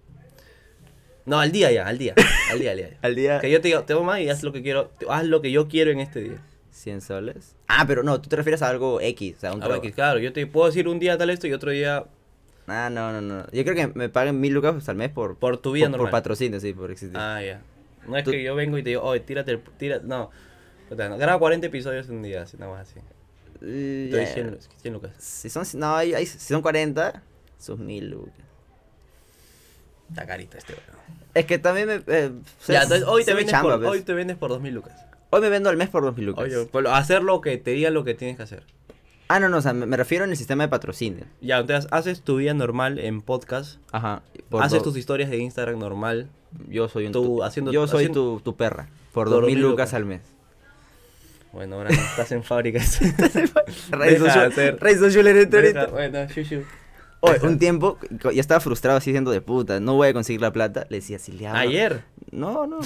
No, al día ya, al día. Al día, al día.
[LAUGHS] Al día.
Que yo te digo, te más y haz lo que quiero, te- haz lo que yo quiero en este día.
100 soles. Ah, pero no, tú te refieres a algo X, a un
Ahora
trabajo.
que, claro, yo te puedo decir un día tal esto y otro día
Ah, no, no, no. Yo creo que me paguen mil lucas al mes por...
Por tu vida
por,
normal.
Por patrocinio, sí, por existir.
Ah, ya. No es
Tú-
que yo vengo y te digo, oye, tírate, el- tira, no. O sea, no, Graba 40 episodios en un día, así, nada más así.
Eh,
Te doy 100, lu- 100 lucas.
Si son, no, hay- hay- si son 40, sus mil lucas.
Está carito este, weón.
Es que también me... eh,
Ya,
es-
entonces hoy
es
te,
mi
vendes
chamba,
por,
pues.
hoy te vendes por 2000 lucas.
Hoy me vendo al mes por dos mil lucas.
Oye, por lo- hacer lo que te diga lo que tienes que hacer.
Ah, no, no, o sea, me, me refiero en el sistema de patrocinio.
Ya, entonces haces tu vida normal en podcast.
Ajá.
haces tus historias de Instagram normal.
Yo soy un...
tu-
tu-
haciendo-
yo soy
haciendo-
tu, tu perra. Por
Por
dos
dos
mil
mil
lucas
lucas.
al mes.
Bueno, ahora no estás en
[LAUGHS]
fábricas. [LAUGHS] Deja
Rey
de
social-
hacer-
Rey social eres tú
Deja-
ahorita.
bueno, shushu.
Oye,
[LAUGHS]
un tiempo co- yo estaba frustrado así diciendo de puta, no voy a conseguir la plata. Le decía, si le hablo.
Ayer.
No, [LAUGHS] no.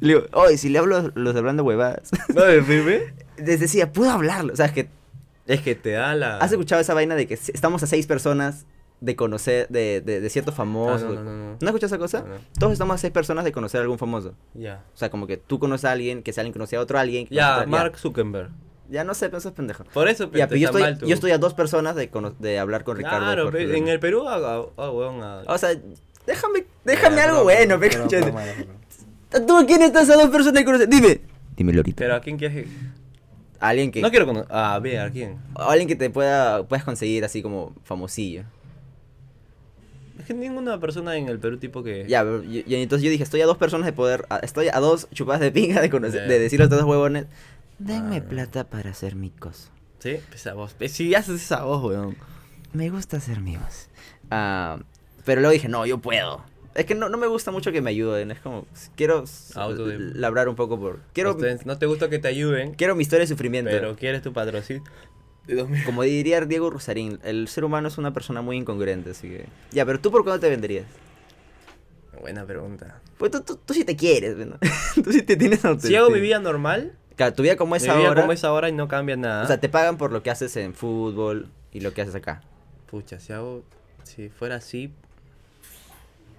le digo, oye, si le hablo a los hablando huevadas. [LAUGHS]
No, decime.
Les decía, puedo hablarlo. O sea, es que
Es que te da la.
has escuchado esa vaina de que se- estamos a seis personas de conocer, de, de, de cierto famoso.
Ah, no, no, no, no.
has escuchado esa cosa?
No, no.
Todos estamos a seis personas de conocer a algún famoso.
Ya.
O sea, como que tú conoces a alguien, que ese alguien conoce a otro alguien. que conoce a
Ya,
otra-
Mark Zuckerberg.
Ya, no sé, pero eso es pendejo.
Por eso, pero
Ya, pero yo estoy, yo estoy a dos personas de, cono- de hablar con Ricardo.
Claro,
Jorge
pe- en
Luna.
el Perú, ah, ah, ah, weón, ah.
O sea, déjame, déjame
Ya,
algo
broma,
bueno, pe,
broma,
conchete.
broma, broma, broma.
¿Tú a quién estás a dos personas que conoces? Dime. Dime, Lorita.
Pero a quién quieres que-
Alguien que.
No quiero conocer. A ver, ¿a quién?
Alguien que te pueda puedas conseguir así como famosillo.
Es que ninguna persona en el Perú tipo que.
Ya, pero yo- y entonces yo dije, estoy a dos personas de poder. a- estoy a dos chupadas de pinga de conocer,
Ya. Ah.
de decir a todos huevones.
Denme plata para hacer mi cosa.
Sí, esa voz. pe- Si haces esa voz, weón.
Me gusta hacer mimos.
Ah, pero luego dije, no, yo puedo. Es que no, no me gusta mucho que me ayuden. Es como, quiero s-
Autode-
labrar un poco por. Quiero,
Ustedes- no te gusta que te ayuden,
quiero mi historia de sufrimiento.
pero quieres tu patrocinio. De 2000.
Como diría Diego Rosarín, el ser humano es una persona muy incongruente, así que... Ya, pero tú por cuándo te venderías?
Buena pregunta.
Pues tú, tú, tú sí te quieres, ¿no? [LAUGHS] tú sí te tienes
Si
autoestima.
hago mi vida normal,
Claro, tu vida como
mi
es
vida
ahora...
como es ahora y no cambia nada.
O sea, te pagan por lo que haces en fútbol y lo que haces acá.
Pucha, si hago. Si fuera así.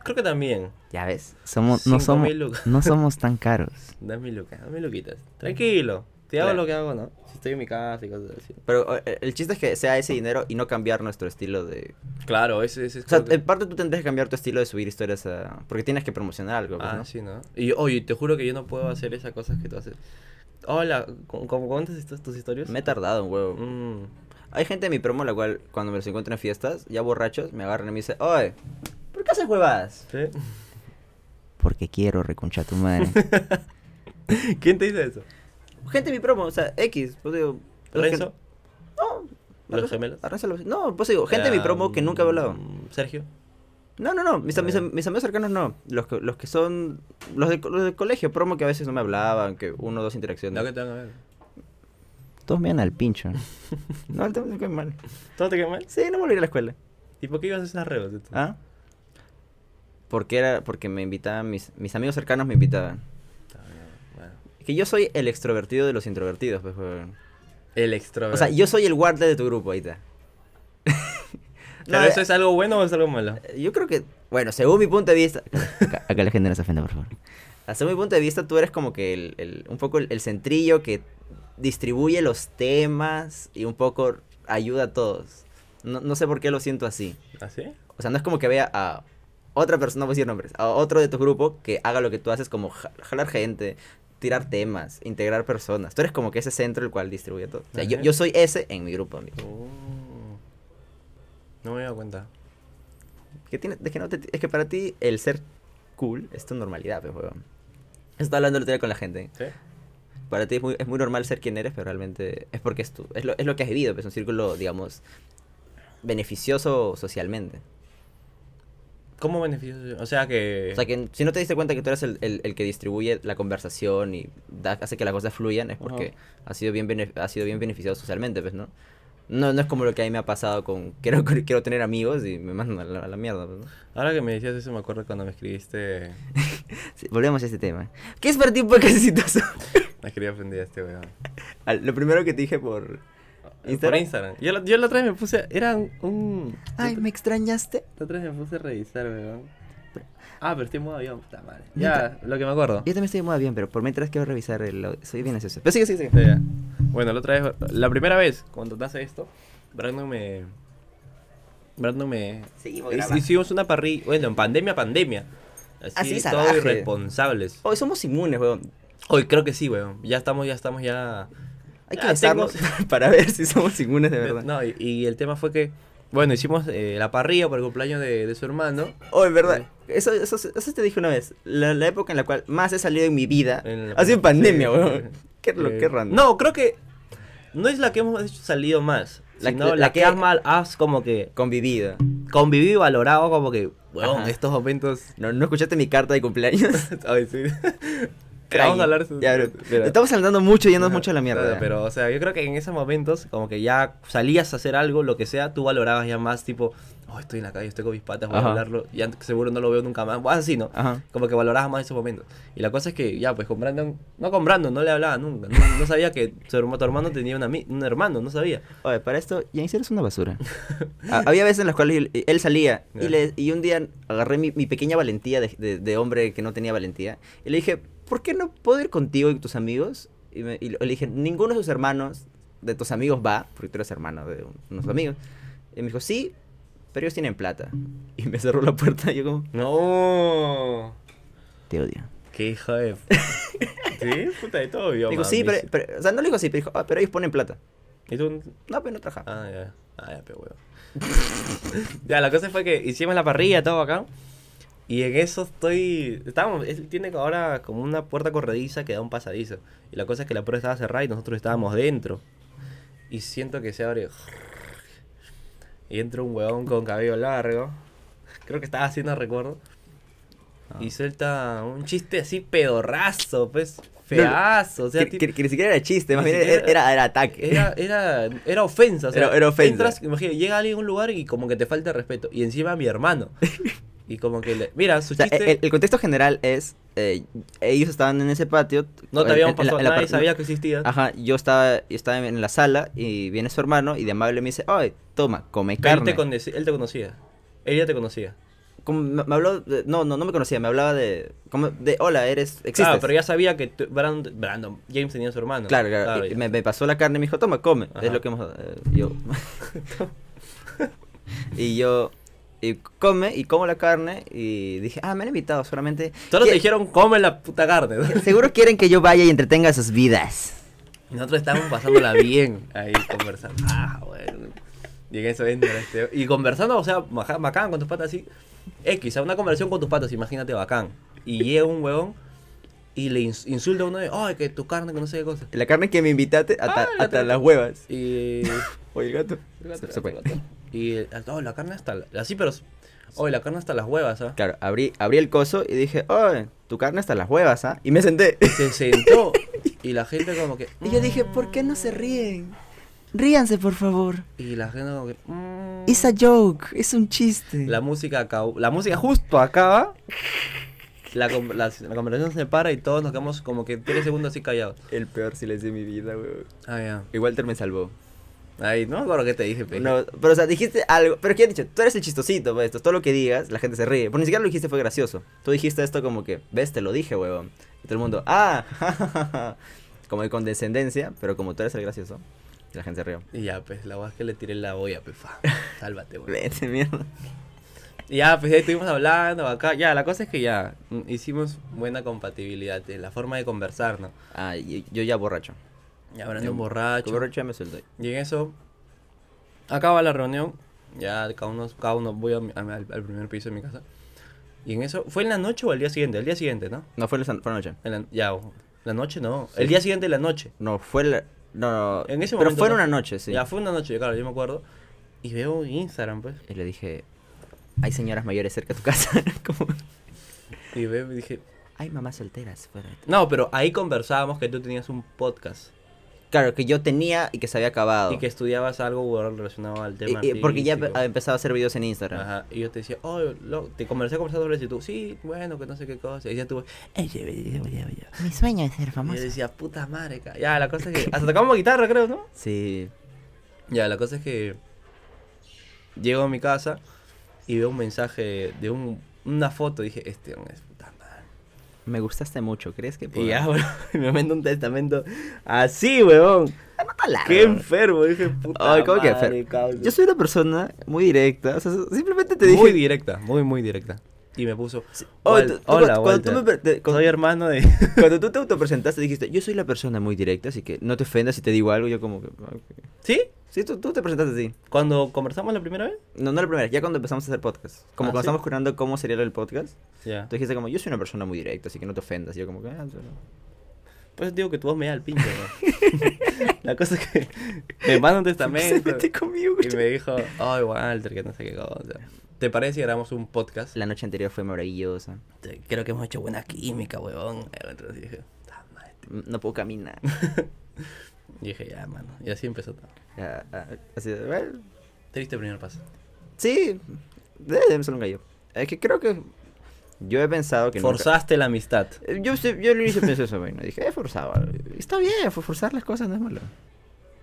Creo que también.
Ya ves.
Somos, no,
Cinco
somos,
mil lucas.
no somos tan caros.
Dame lucas, dame luquitas. Tranquilo. Te hago
Claro.
lo que hago, ¿no? Si estoy en mi casa y cosas así.
[LAUGHS] Pero eh, el chiste es que sea ese dinero y no cambiar nuestro estilo de...
Claro, ese, ese es
O sea,
creo que-
en parte tú tendrías que cambiar tu estilo de subir historias a... Porque tienes que promocionar algo, pues,
Ah,
¿no?
sí, ¿no? Y oye, te juro que yo no puedo hacer esas cosas que tú haces. Hola, ¿cómo cómo cuentas estas- tus historias?
Me he tardado un huevo.
Mm.
Hay gente de mi promo la cual cuando me los encuentro en fiestas, ya borrachos, me agarran y me dicen, oye, ¿por qué haces huevadas? [LAUGHS]
¿Sí?
Porque quiero reconcha tu madre.
¿Quién te dice eso?
Gente de mi promo, o sea, X, pues digo... los que-
¿Renzo?
No.
¿Los
Renzo-
gemelos?
a Renzo lo- No, pues digo, gente de mi
Ah,
promo que nunca he hablado.
mm, Sergio.
No, no, no, mis, am- mis am- mis amigos cercanos no. Los que, los que son... Los de, co- los de colegio, promo que a veces no me hablaban, que uno o dos interacciones.
No, que te van a ver.
Todos me dan al pincho.
No, el tema es que es mal.
¿Todo te queda mal?
Sí, no volví a la escuela.
¿Y por qué ibas a esas redes?
¿Ah? Porque era... Porque me invitaban... Mis, mis amigos cercanos me invitaban.
Bueno.
Que yo soy el extrovertido de los introvertidos, pues, huevón.
El extrovertido.
O sea, yo soy el guardia de tu grupo, ahí está. [LAUGHS]
¿Pero
no,
eso
eh,
es algo bueno o es algo malo?
[LAUGHS]
Yo creo que, bueno, según mi punto de vista,
Acá, acá la gente no se ofenda, por favor.
hasta mi punto de vista, tú eres como que el, el- un poco el, el centrillo que distribuye los temas y un poco ayuda a todos. No, no sé por qué lo siento así.
¿Así?
O sea, no es como que vea a otra persona, no voy a decir nombres, a otro de tu grupo que haga lo que tú haces, como ja- jalar gente, tirar temas, integrar personas. Tú eres como que ese centro el cual distribuye todo. O sea, yo,
Ajá.
yo soy ese en mi grupo, amigo.
Oh. No me he dado cuenta.
Que tiene, es, que no te- es que para ti el ser cool es tu normalidad, pues, weón. Estaba hablando el otro día con la gente.
¿Sí?
Para ti es muy, es muy normal ser quien eres, pero realmente es porque es tú. Es lo, es lo que has vivido, pues, un círculo, digamos, beneficioso socialmente.
¿Cómo beneficios? O sea que.
O sea, que si no te diste cuenta que tú eres el, el- el que distribuye la conversación y da- hace que las cosas fluyan, es porque ha sido bien bene- ha sido bien beneficiado socialmente, pues, ¿no? No, no es como lo que a mí me ha pasado con [LAUGHS] quiero, quiero tener amigos y me mandan a la, a la mierda. pues, ¿no?
Ahora que me decías eso, me acuerdo cuando me escribiste.
Sí, volvemos a este tema. ¿Qué es para ti un podcast exitoso?
Me escribí ofendida este weón.
Al- lo primero que te dije por...
Por
¿Instagram?
Instagram. Yo, la- yo la otra vez me puse. Era un- un.
[LAUGHS] Ay, ¿me extrañaste?
La otra vez me puse a revisar, weón. Ah, pero estoy en modo avión, puta madre. Ya, lo que me acuerdo.
Yo también estoy muy bien, pero por mientras quiero revisar el... audio. Soy bien ansioso. Pero sigue, sigue, sigue.
Ya, ya. Bueno, la otra vez, la primera vez cuando te hace esto, Brandon me. Brandon me.
Seguimos
hic-
grabando.
Hicimos una parrilla. Bueno, en pandemia, pandemia. Así,
Así,
todos
salvaje.
irresponsables.
Hoy somos inmunes, weón.
Hoy creo que sí, weón. Ya estamos, ya estamos, ya.
Hay que
Ah,
besarnos [LAUGHS] para ver si somos inmunes de verdad.
No, y, y el tema fue que. Bueno, hicimos eh, la parrilla por el cumpleaños de, de su hermano.
Oh, es verdad. Eso, eso, eso te dije una vez. La, la época en la cual más he salido en mi vida
En la
ha sido en
pandemia,
pandemia,
sí.
weón. Qué, lo,
Eh,
qué random.
No, creo que. No es la que hemos hecho salido más.
La-
sino
la-
la,
la
que
que-
has, mal, has como que
Convivido.
convivido y valorado, como que. Weón,
Ajá.
estos momentos
¿No, ¿No escuchaste mi carta de cumpleaños?
[LAUGHS] Ay, sí.
Cray.
Vamos a hablar.
Ya, bro. Estamos hablando mucho y yéndonos mucho a la mierda.
Claro,
ya.
Pero, o sea, yo creo que en esos momentos, como que ya salías a hacer algo, lo que sea, tú valorabas ya más, tipo, oh, estoy en la calle, estoy con mis patas, voy
Ajá.
a hablarlo, ya seguro no lo veo nunca más, o así, ¿no?
Ajá.
Como que valorabas más esos momentos. Y la cosa es que, ya, pues con Brandon, no con Brandon, no le hablaba nunca, no, no sabía que su herma- tu hermano tenía un ami- un hermano, no sabía.
Oye, para esto, James eres una basura. Ha- Había veces en las cuales él, él salía y,
Ya.
le, y un día agarré mi, mi pequeña valentía de, de- de hombre que no tenía valentía y le dije, ¿por qué no puedo ir contigo y tus amigos? Y, me- y le dije, ninguno de tus hermanos, de tus amigos va, porque tú eres hermano de un- unos amigos. Y me dijo, sí, pero ellos tienen plata. [LAUGHS] Y me cerró la puerta y yo como,
No.
te odio.
Qué hija [LAUGHS] de. sí, puta de todo, yo.
Dijo, sí, pero, pero-" o sea, no le dijo sí, pero dijo, "Ah, pero ellos ponen plata.
Y tú,
No, pero no trabaja.
Ah, ya. Ah, ya, pero huevo. [LAUGHS] ya, la cosa fue que hicimos la parrilla, todo acá. Y en eso estoy. Estábamos, él tiene ahora como una puerta corrediza que da un pasadizo. Y la cosa es que la puerta estaba cerrada y nosotros estábamos dentro. Y siento que se abre. Y entra un huevón con cabello largo. Creo que estaba haciendo recuerdo. Y
Ah.
suelta un chiste así pedorrazo, pues. Feazo. O sea,
que,
tipo-
que- que ni siquiera era chiste, más
ni
bien era,
siquiera-
era- era ataque.
era, era, era ofensa. o sea,
Era- era ofensa.
Entras, imagínate, llega alguien a un lugar y como que te falta respeto. Y encima mi hermano. Y como que le. Mira, su
O sea,
Pues chiste.
el, el contexto general es, eh, ellos estaban en ese patio.
no te
en-
habíamos
en la-
pasado.
en la
nadie
par-
sabía que existía.
Ajá, yo estaba, yo estaba en la sala y viene su hermano y de amable me dice, ay, toma, come
Pero él,
carne.
te conoci- él te conocía. Ella te conocía.
Como me, me habló, de- no, no, no me conocía, me hablaba de, como de, hola, eres, existes.
Claro, Ah, pero ya sabía que tú- Brandon, Brandon- James tenía a su hermano. Ah,
Claro, claro, y
ya.
me, me pasó la carne y me dijo, toma, come.
Ajá.
Es lo que hemos... eh,
[LAUGHS]
yo... y yo... Y come, y como la carne, y dije, ah, me han invitado, solamente...
Solo te
que-
dijeron, come la puta carne. ¿no?
Seguro quieren que yo vaya y entretenga sus vidas.
Y Nosotros estábamos
[LAUGHS]
pasándola bien ahí conversando. Ah, bueno. Y en eso entra este- Y conversando, o sea, maja- bacán con tus patas así. X, o sea, una conversación con tus patas, imagínate bacán. Y llega un huevón y le ins- insulta a uno de, ay, que tu carne, que no sé qué cosa.
La carne que me invitaste hasta,
Ah, la
hasta
otra.
las huevas.
Y.
Oye, el gato. Se,
Se-
se fue.
Y. eh, Oh, la carne hasta. la- Así, pero. Oh, la carne hasta las huevas, ¿ah?
Claro, abrí, abrí el coso y dije, oye, tu carne hasta las huevas, ¿ah? Y me senté. [LAUGHS]
Se sentó y la gente como que. "Mm".
Y yo dije, ¿por qué no se ríen? Ríanse, por favor.
Y la gente como que. "Mm".
It's a joke, es un chiste.
La música acabó- la música justo acaba. La, com- la, la conversación se para y todos nos quedamos como que tres segundos así callados.
El peor silencio de mi vida, weón.
Ah, ya.
Y Walter me salvó.
Ay, no me acuerdo qué te dije, pe.
No, pero o sea, dijiste algo, pero que he dicho, tú eres el chistosito, pues, esto, todo lo que digas, la gente se ríe, pero ni siquiera lo dijiste fue gracioso. Tú dijiste esto como que, ves, te lo dije, huevón. Y todo el mundo, ah, [LAUGHS] jajaja. como de condescendencia, pero como tú eres el gracioso, la gente se rió.
Y ya, pues, la guas que le tiré la olla, pe, fa. Sálvate, güey.
Vete, mierda.
Y ya, pues ahí estuvimos hablando acá. Ya, la cosa es que ya mm, hicimos buena compatibilidad en la forma de conversar, ¿no?
Ah, y- yo ya borracho.
Y hablando borracho.
Borracho ya me suelto.
Y en eso, acaba la reunión. Ya cada uno, cada uno voy a mi- a mi- al, al primer piso de mi casa. Y en eso, ¿fue en la noche o al día siguiente? El día siguiente, ¿no?
No fue la, san- fue la noche.
En la, ya, o- la noche no. El día siguiente, la noche.
No, fue la. No, no.
En ese
pero
momento
fue en
no.
una noche, sí.
Ya, fue una noche, claro, yo me acuerdo. Y veo Instagram, pues.
Y le dije, hay señoras mayores cerca de tu casa. [LAUGHS] como,
Y veo y dije.
hay mamás solteras fuera de tu-".
No, pero ahí conversábamos que tú tenías un podcast.
Claro, que yo tenía y que se había acabado.
Y que estudiabas algo relacionado al tema.
Y- y- porque ya
artístico.
había empezado a hacer videos en Instagram.
Ajá, y yo te decía, oh, lo, te conversé conversando sobre eso y tú, sí, bueno, que no sé qué cosa. Y ya tú, "Ey, ya, ya, ya, ya".
Mi sueño es ser
Y yo
famoso.
decía, puta madre, ca-". ya, la cosa es que, hasta tocamos guitarra, creo, ¿no?
Sí.
Ya, la cosa es que llego a mi casa y veo un mensaje de un, una foto, dije, este hombre es puta madre.
Me gustaste mucho, ¿crees que
Y
puedo?
ya, bro, [LAUGHS] me manda un testamento así, weón. Qué enfermo, dije, puta
Ay, ¿cómo que
madre,
Fer?
causa".
Yo soy una persona muy directa. O sea, simplemente te dije.
muy directa, muy, muy directa. Y me puso,
Oh,
"Wal-
tú- tú
hola,
cuando- cuando tú
Walter,
me pre- te- cuando-
soy hermano de... [LAUGHS]
Cuando tú te autopresentaste, dijiste, yo soy la persona muy directa, así que no te ofendas si te digo algo. Yo, como que. "Ah, ok".
¿Sí?
Sí, tú, tú te presentaste así.
Cuando conversamos la primera vez.
No, no la primera, ya cuando empezamos a hacer podcast. Como
Ah,
cuando
¿sí?
estábamos curando cómo sería el podcast,
Ya.
tú dijiste como, yo soy una persona muy directa, así que no te ofendas. Y yo como que, "Ah, solo".
Pues digo que tu voz me da el pinche, ¿no? [LAUGHS] La cosa es que me manda un [LAUGHS]
Se
testamento
mete conmigo,
y me dijo, ay, Walter, que no sé qué cosa. ¿Te parece si grabamos un podcast?
La noche anterior fue maravillosa.
Te- Creo que hemos hecho buena química, huevón. Eh, Entonces dije, "Ta [LAUGHS] madre".
M- No
[LAUGHS]
puedo caminar.
Y dije, ya, mano. Y así empezó todo.
Ah, ah, así, de, "Bueno,
Triste primer paso.
sí, déjame solo un gallo. Es que creo que yo he pensado que nunca-
Forzaste la amistad.
Eh, Yo, sé- yo al inicio pensé eso, vaina. Dije, he forzado. Está bien, fue forzar las cosas, no es malo.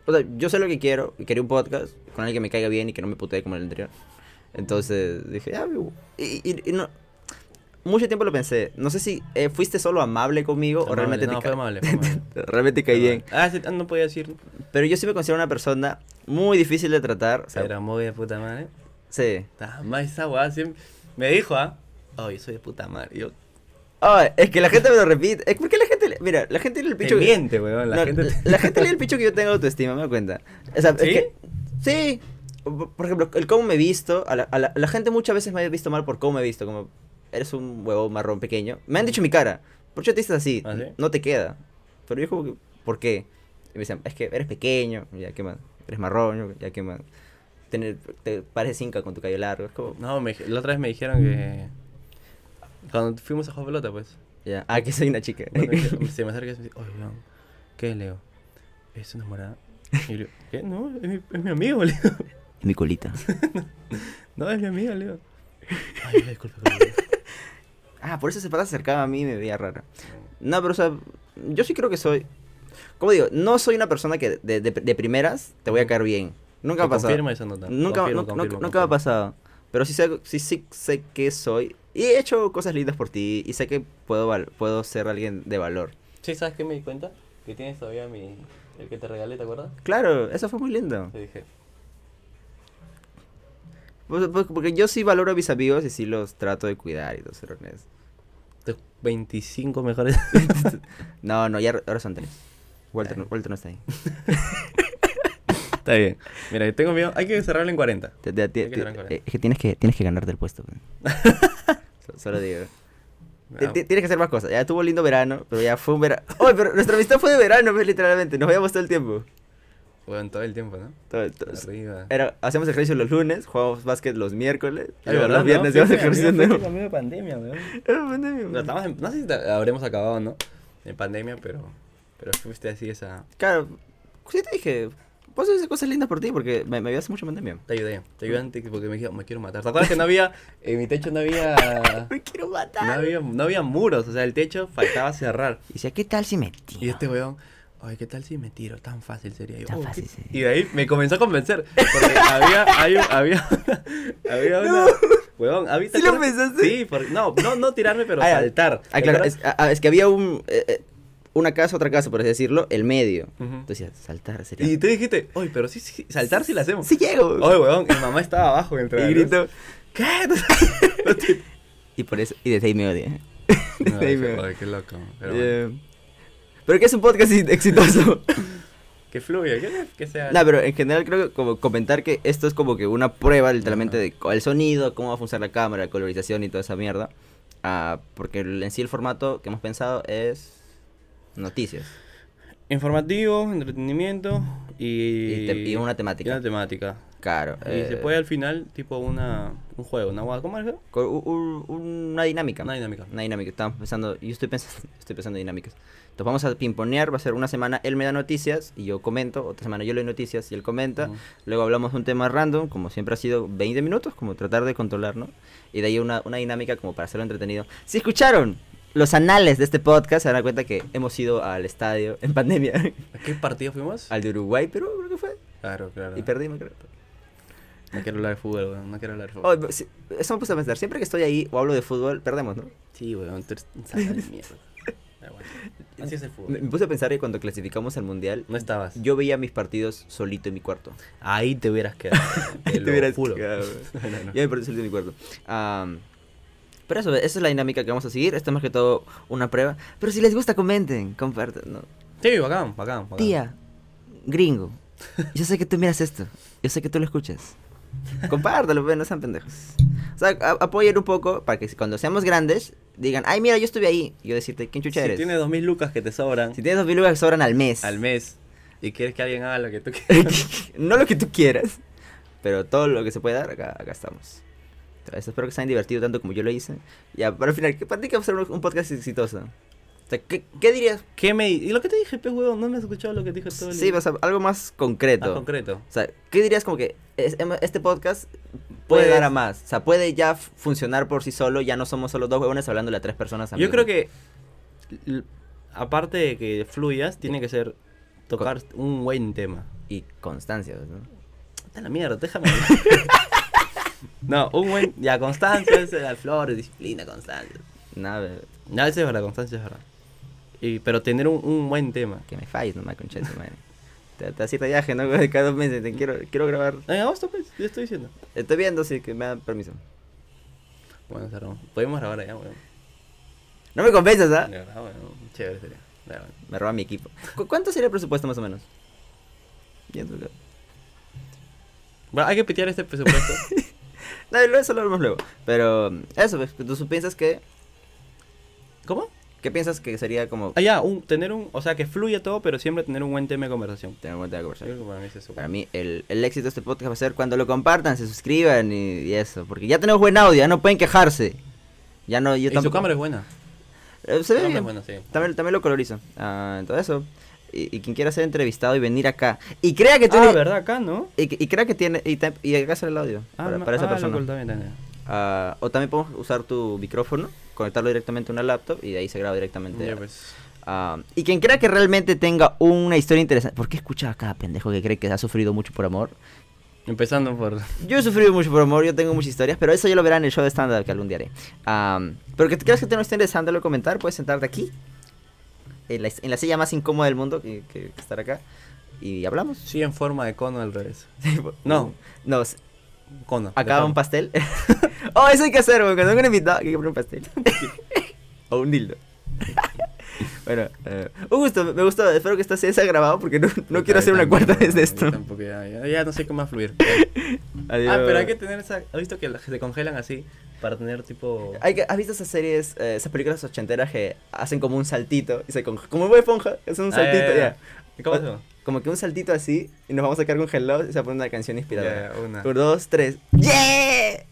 O sea, yo sé lo que quiero. Y quería un podcast con alguien que me caiga bien y que no me putee como el anterior. Entonces dije, ya, vivo. Y, y- y no. Mucho tiempo lo pensé. No sé si eh, fuiste solo amable conmigo o
Amable,
realmente
no,
te
fue
ca-
amable,
[LAUGHS]
fue amable.
realmente caí bien.
Ah, sí, ah, no podía decir.
Pero yo sí me considero una persona muy difícil de tratar. o sea,
Era muy de puta madre.
sí.
Ta madre, esa weá siempre... Me dijo, ah, ay, soy de puta madre. Y yo,
Ah, es que la gente me lo repite. Es porque la gente. le- Mira, la gente le el
te
picho. que-
miente, huevón. La
No,
gente... te-
lee el picho que yo tengo de autoestima, me doy cuenta. O sea, es
¿Sí?
que- sí. Por por ejemplo, el cómo me he visto, a la, a la- la gente muchas veces me ha visto mal por cómo me he visto, como eres un huevo marrón pequeño. Me han dicho en mi cara, ¿por qué te vistes así?
¿Ah, sí?
No te queda. Pero yo como que, ¿por qué? Y me decían, es que eres pequeño, ya que más, eres marrón, ya que más, Tener, te pareces inca con tu cabello largo, es como,
No, me, la otra vez me dijeron que. Cuando fuimos a jugar pelota, pues.
ya, ah, que soy una chica.
bueno, que- se me acerca y me dice, oye, weón, ¿qué es Leo? ¿Es su enamorada? Y yo, le digo, ¿qué? No, es mi, es mi amigo, [LAUGHS] Leo.
[LAUGHS] mi colita.
No, es mi amigo, Leo. Ay, disculpa,
[LAUGHS]
disculpa.
Ah, por eso ese pata se acercaba a mí y me veía rara. No, pero o sea, yo sí creo que soy. Como digo, no soy una persona que de, de- de primeras te voy a caer bien. Nunca
Se
me ha pasado.
confirma esa nota.
Nunca,
Confirmo,
nunca-
confirmo,
nunca me
confirmo.
ha pasado. Pero sí sé, sí, sí sé que soy. Y he hecho cosas lindas por ti. Y sé que puedo, val- puedo ser alguien de valor.
Sí, ¿sabes qué me di cuenta? Que tienes todavía mi. El que te regalé, ¿te acuerdas?
Claro, eso fue muy lindo.
Te dije.
Pues- pues, Porque yo sí valoro a mis amigos y sí los trato de cuidar y todo ser honesto.
Tus 25 mejores. [LAUGHS]
No, no, ya ahora son tres. Walter, no- Walter no está ahí.
Está bien. Mira, yo tengo miedo. Hay que cerrarlo en 40.
Te- te- te-
que ser
te-
áncoras.
eh, es que tienes que, tienes que ganarte el puesto.
[LAUGHS]
pues. So- Solo digo. Ti-
Ah,
ti- Tienes que hacer más cosas. Ya tuvo lindo verano, pero ya fue un verano. ¡Oye, pero nuestra amistad fue de verano, pues, literalmente! Nos veíamos todo el tiempo.
Ah, Weón, todo el tiempo, ¿no?
Todo- todo-
Arriba.
era- hacíamos ejercicio los lunes, jugábamos básquet los miércoles. y
Ay,
luego
Ah, ¿verdad,
los viernes
no?
íbamos
Sí,
ejercicio de
fue
nuevo.
la misma pandemia, weón.
[LAUGHS] Era pandemia,
No,
man.
estamos en- no sé si ta- habremos acabado, ¿no? En pandemia, pero. Pero fuiste así esa.
Claro, sí te dije. Pues hacer cosas lindas por ti, porque me, me veías mucho pandemia.
Te ayudé, te ayudé antes que- porque me dijeron, me quiero matar. ¿Te acuerdas que no había. [LAUGHS] En mi techo no había.
[LAUGHS] Me quiero
No
matar.
había, no había muros, o sea, el techo faltaba cerrar.
Dice, ¿qué tal si me tiro?
Y este weón, Ay, ¿qué tal si me tiro? Tan fácil sería yo.
Tan
"Oh,
fácil
¿qué-?"
sería.
Y de ahí me comenzó a convencer. Porque había, hay un- había, [LAUGHS] había una. Huevón, había-
¿Sí lo pensaste?
Sí, por- no, no, no tirarme, pero
Ah, ya.
saltar.
Ah, claro,
¿Te
es, ah, ah, es que había un, eh, eh, una casa, otra casa, por así decirlo, el medio.
Ujú.
Entonces, saltar
acuerdas?
sería...
Y tú dijiste, oye, pero sí, sí, saltar sí la hacemos.
¡Sí llego!
Oye, huevón, mi mamá estaba abajo en el
y
tragaluz.
grito, ¿qué? y por eso, y desde ahí me odia.
[LAUGHS] No,
desde ahí
dije,
me odia.
"Joder, qué loco. Pero bueno.
Eh, Pero que es un podcast [LAUGHS] i-
[LAUGHS]
exitoso.
Que fluya, que, que sea.
No, pero en general creo que como comentar que esto es como que una prueba literalmente de co- el sonido, cómo va a funcionar la cámara, la colorización y toda esa mierda. Ah, porque el- en sí el formato que hemos pensado es noticias.
Informativo, entretenimiento
Y,
y.
te- y una
y una
temática.
temática.
Claro.
Y se
eh,
puede al final, tipo, una, un juego, una guada. ¿Cómo era el juego?
con u- u- una dinámica.
Una dinámica.
Una dinámica. Estamos pensando, yo estoy pensando, [LAUGHS] estoy pensando en dinámicas. Entonces vamos a pimponear, va a ser una semana él me da noticias y yo comento, otra semana yo le doy noticias y él comenta.
Ujú.
Luego hablamos de un tema random, como siempre ha sido 20 minutos, como tratar de controlar, ¿no? Y de ahí una, una dinámica como para hacerlo entretenido. Si escucharon los anales de este podcast, se darán cuenta que hemos ido al estadio en pandemia, [LAUGHS]
¿A qué partido fuimos?
al de Uruguay, Perú, creo que fue.
Claro, claro.
Y perdimos, creo.
No quiero hablar de fútbol, weón. No quiero hablar de
Oh,
fútbol.
pero sí, eso me puse a pensar. Siempre que estoy ahí o hablo de fútbol, perdemos, ¿no?
sí, weón. Tú eres un saco de
[LAUGHS]
mierda. Pero bueno, Así es el
Me me
fútbol.
puse a pensar que cuando clasificamos al mundial,
No estabas.
yo veía mis partidos solito en mi cuarto.
Ahí te hubieras
[LAUGHS]
quedado.
Te
[LAUGHS]
hubieras quedado.
No, no, no.
Yo me perdí solito en mi cuarto. Am, pero eso, esa es la dinámica que vamos a seguir. Esto es más que todo una prueba. Pero si les gusta, comenten, compartan. ¿no?
Sí, bacán, bacán, bacán.
Tía, gringo, yo sé que tú miras esto. Yo sé que tú lo escuchas. Compártalo, pues, no sean pendejos. O sea, a- apoyen un poco para que cuando seamos grandes digan, ay, mira, yo estuve ahí. Y yo decirte, ¿quién chucha
Si
eres?
tienes dos mil lucas que te sobran
Si tienes dos mil lucas que sobran al mes.
al mes y quieres que alguien haga lo que tú quieras.
[LAUGHS] no lo que tú quieras, pero todo lo que se puede dar, acá, acá estamos. Entonces, espero que se hayan divertido tanto como yo lo hice. Ya, para el final, ¿qué para ti que va a ser un, un podcast exitoso? O sea, ¿qué, qué dirías?
¿Qué me.? Y lo que te dije, pe huevón, no me has escuchado lo que te dije todo el
Sí, o sea, algo más concreto.
Ah, concreto.
O sea, ¿qué dirías como que es- em- este podcast puede
Pues-
dar a más? O sea, puede ya f- funcionar por sí solo, ya no somos solo dos huevones hablándole a tres personas. al
Yo
mismo
creo que. l- Aparte de que fluyas, tiene que ser tocar un buen tema.
Y constancia, ¿no?
Está la mierda, déjame.
[LAUGHS]
no, un buen. Ya,
[LAUGHS]
constancia es la flor, disciplina, constancia.
Nada, bebé,
No, eso es verdad, constancia es verdad. Y, pero tener un, un buen tema.
que me falles nomás, concha de tu madre. Te, te haces viaje, ¿no? [LAUGHS] Cada dos meses te quiero, quiero grabar
En agosto, pues, yo estoy diciendo.
Estoy viendo si que me dan permiso.
Bueno, cerramos. Podemos grabar allá, weón.
No me compensas, ¿ah?
De verdad, weón. Chévere sería. De verdad.
Me roba mi equipo. ¿Cu- ¿Cuánto sería el presupuesto más o menos? Ya tú lo-
Bueno, hay que pitear este
[LAUGHS]
presupuesto.
No, lo- eso lo hablamos luego. Pero mm, eso, pues, ¿tú tú piensas que...
¿Cómo?
¿Qué piensas que sería como...
Ah, ya, un, tener un. O sea, que fluya todo, pero siempre tener un buen tema de conversación.
Tener en cuenta de
Yo creo
conversar.
que para mí es eso.
Para mí, el, el éxito de este podcast va a ser cuando lo compartan, se suscriban y, y eso. Porque ya tenemos buen audio, ya no pueden quejarse. Ya no, yo
y su
tampoco...
cámara es buena.
Eh, se ve
Cámara
bien.
es buena, sí.
También, también lo colorizo. Ah, todo eso. Y, y quien quiera ser entrevistado y venir acá. Y crea que tiene...
Ah, ¿verdad? Acá, ¿no?
Y, y creo que tiene. Y, ta- y acá sale el audio
Ah,
para,
ma-
para esa
ah,
persona.
loco, también, también.
Ah, o también podemos usar tu micrófono, conectarlo directamente a una laptop y de ahí se graba directamente.
Ya, pues.
Ah, y quien crea que realmente tenga una historia interesante. ¿Por qué escucha a cada pendejo que cree que ha sufrido mucho por amor?
Empezando por.
Yo he sufrido mucho por amor, yo tengo muchas historias, pero eso ya lo verá en el show de stand-up que algún día haré. Ah, pero que te creas que te no esté interesante lo comentar, puedes sentarte aquí, en la, en la silla más incómoda del mundo que, que estar acá, y hablamos.
Sí, en forma de cono al revés. [LAUGHS] No,
No,
cono. de
Acaba un
forma.
pastel. [LAUGHS] oh, eso hay que hacer, güey. Cuando tengo un invitado, hay que comprar un pastel. [LAUGHS] o un dildo. [LAUGHS] bueno, eh, un gusto, me gustó. Espero que esto se haya grabado porque no, no
Puta,
quiero
yo
hacer una
tampoco,
cuarta vez de
yo
esto.
tampoco, ya, ya- ya no sé cómo va a
[LAUGHS]
fluir.
Adiós.
ah, pero hay que tener esa. ¿Has visto que la- se congelan así? Para tener tipo.
Hay que- ¿Has visto esas series, eh, esas películas ochenteras que hacen como un saltito? Y se con- como una esponja, hacen un
Ah, ya,
saltito,
ya,
ya. Ah,
ya. ¿Cómo se llama?
Como que un saltito así y nos vamos a quedar congelados y se va a poner una canción inspiradora.
Ya, ya, una.
Un, dos, tres. ¡Yeah!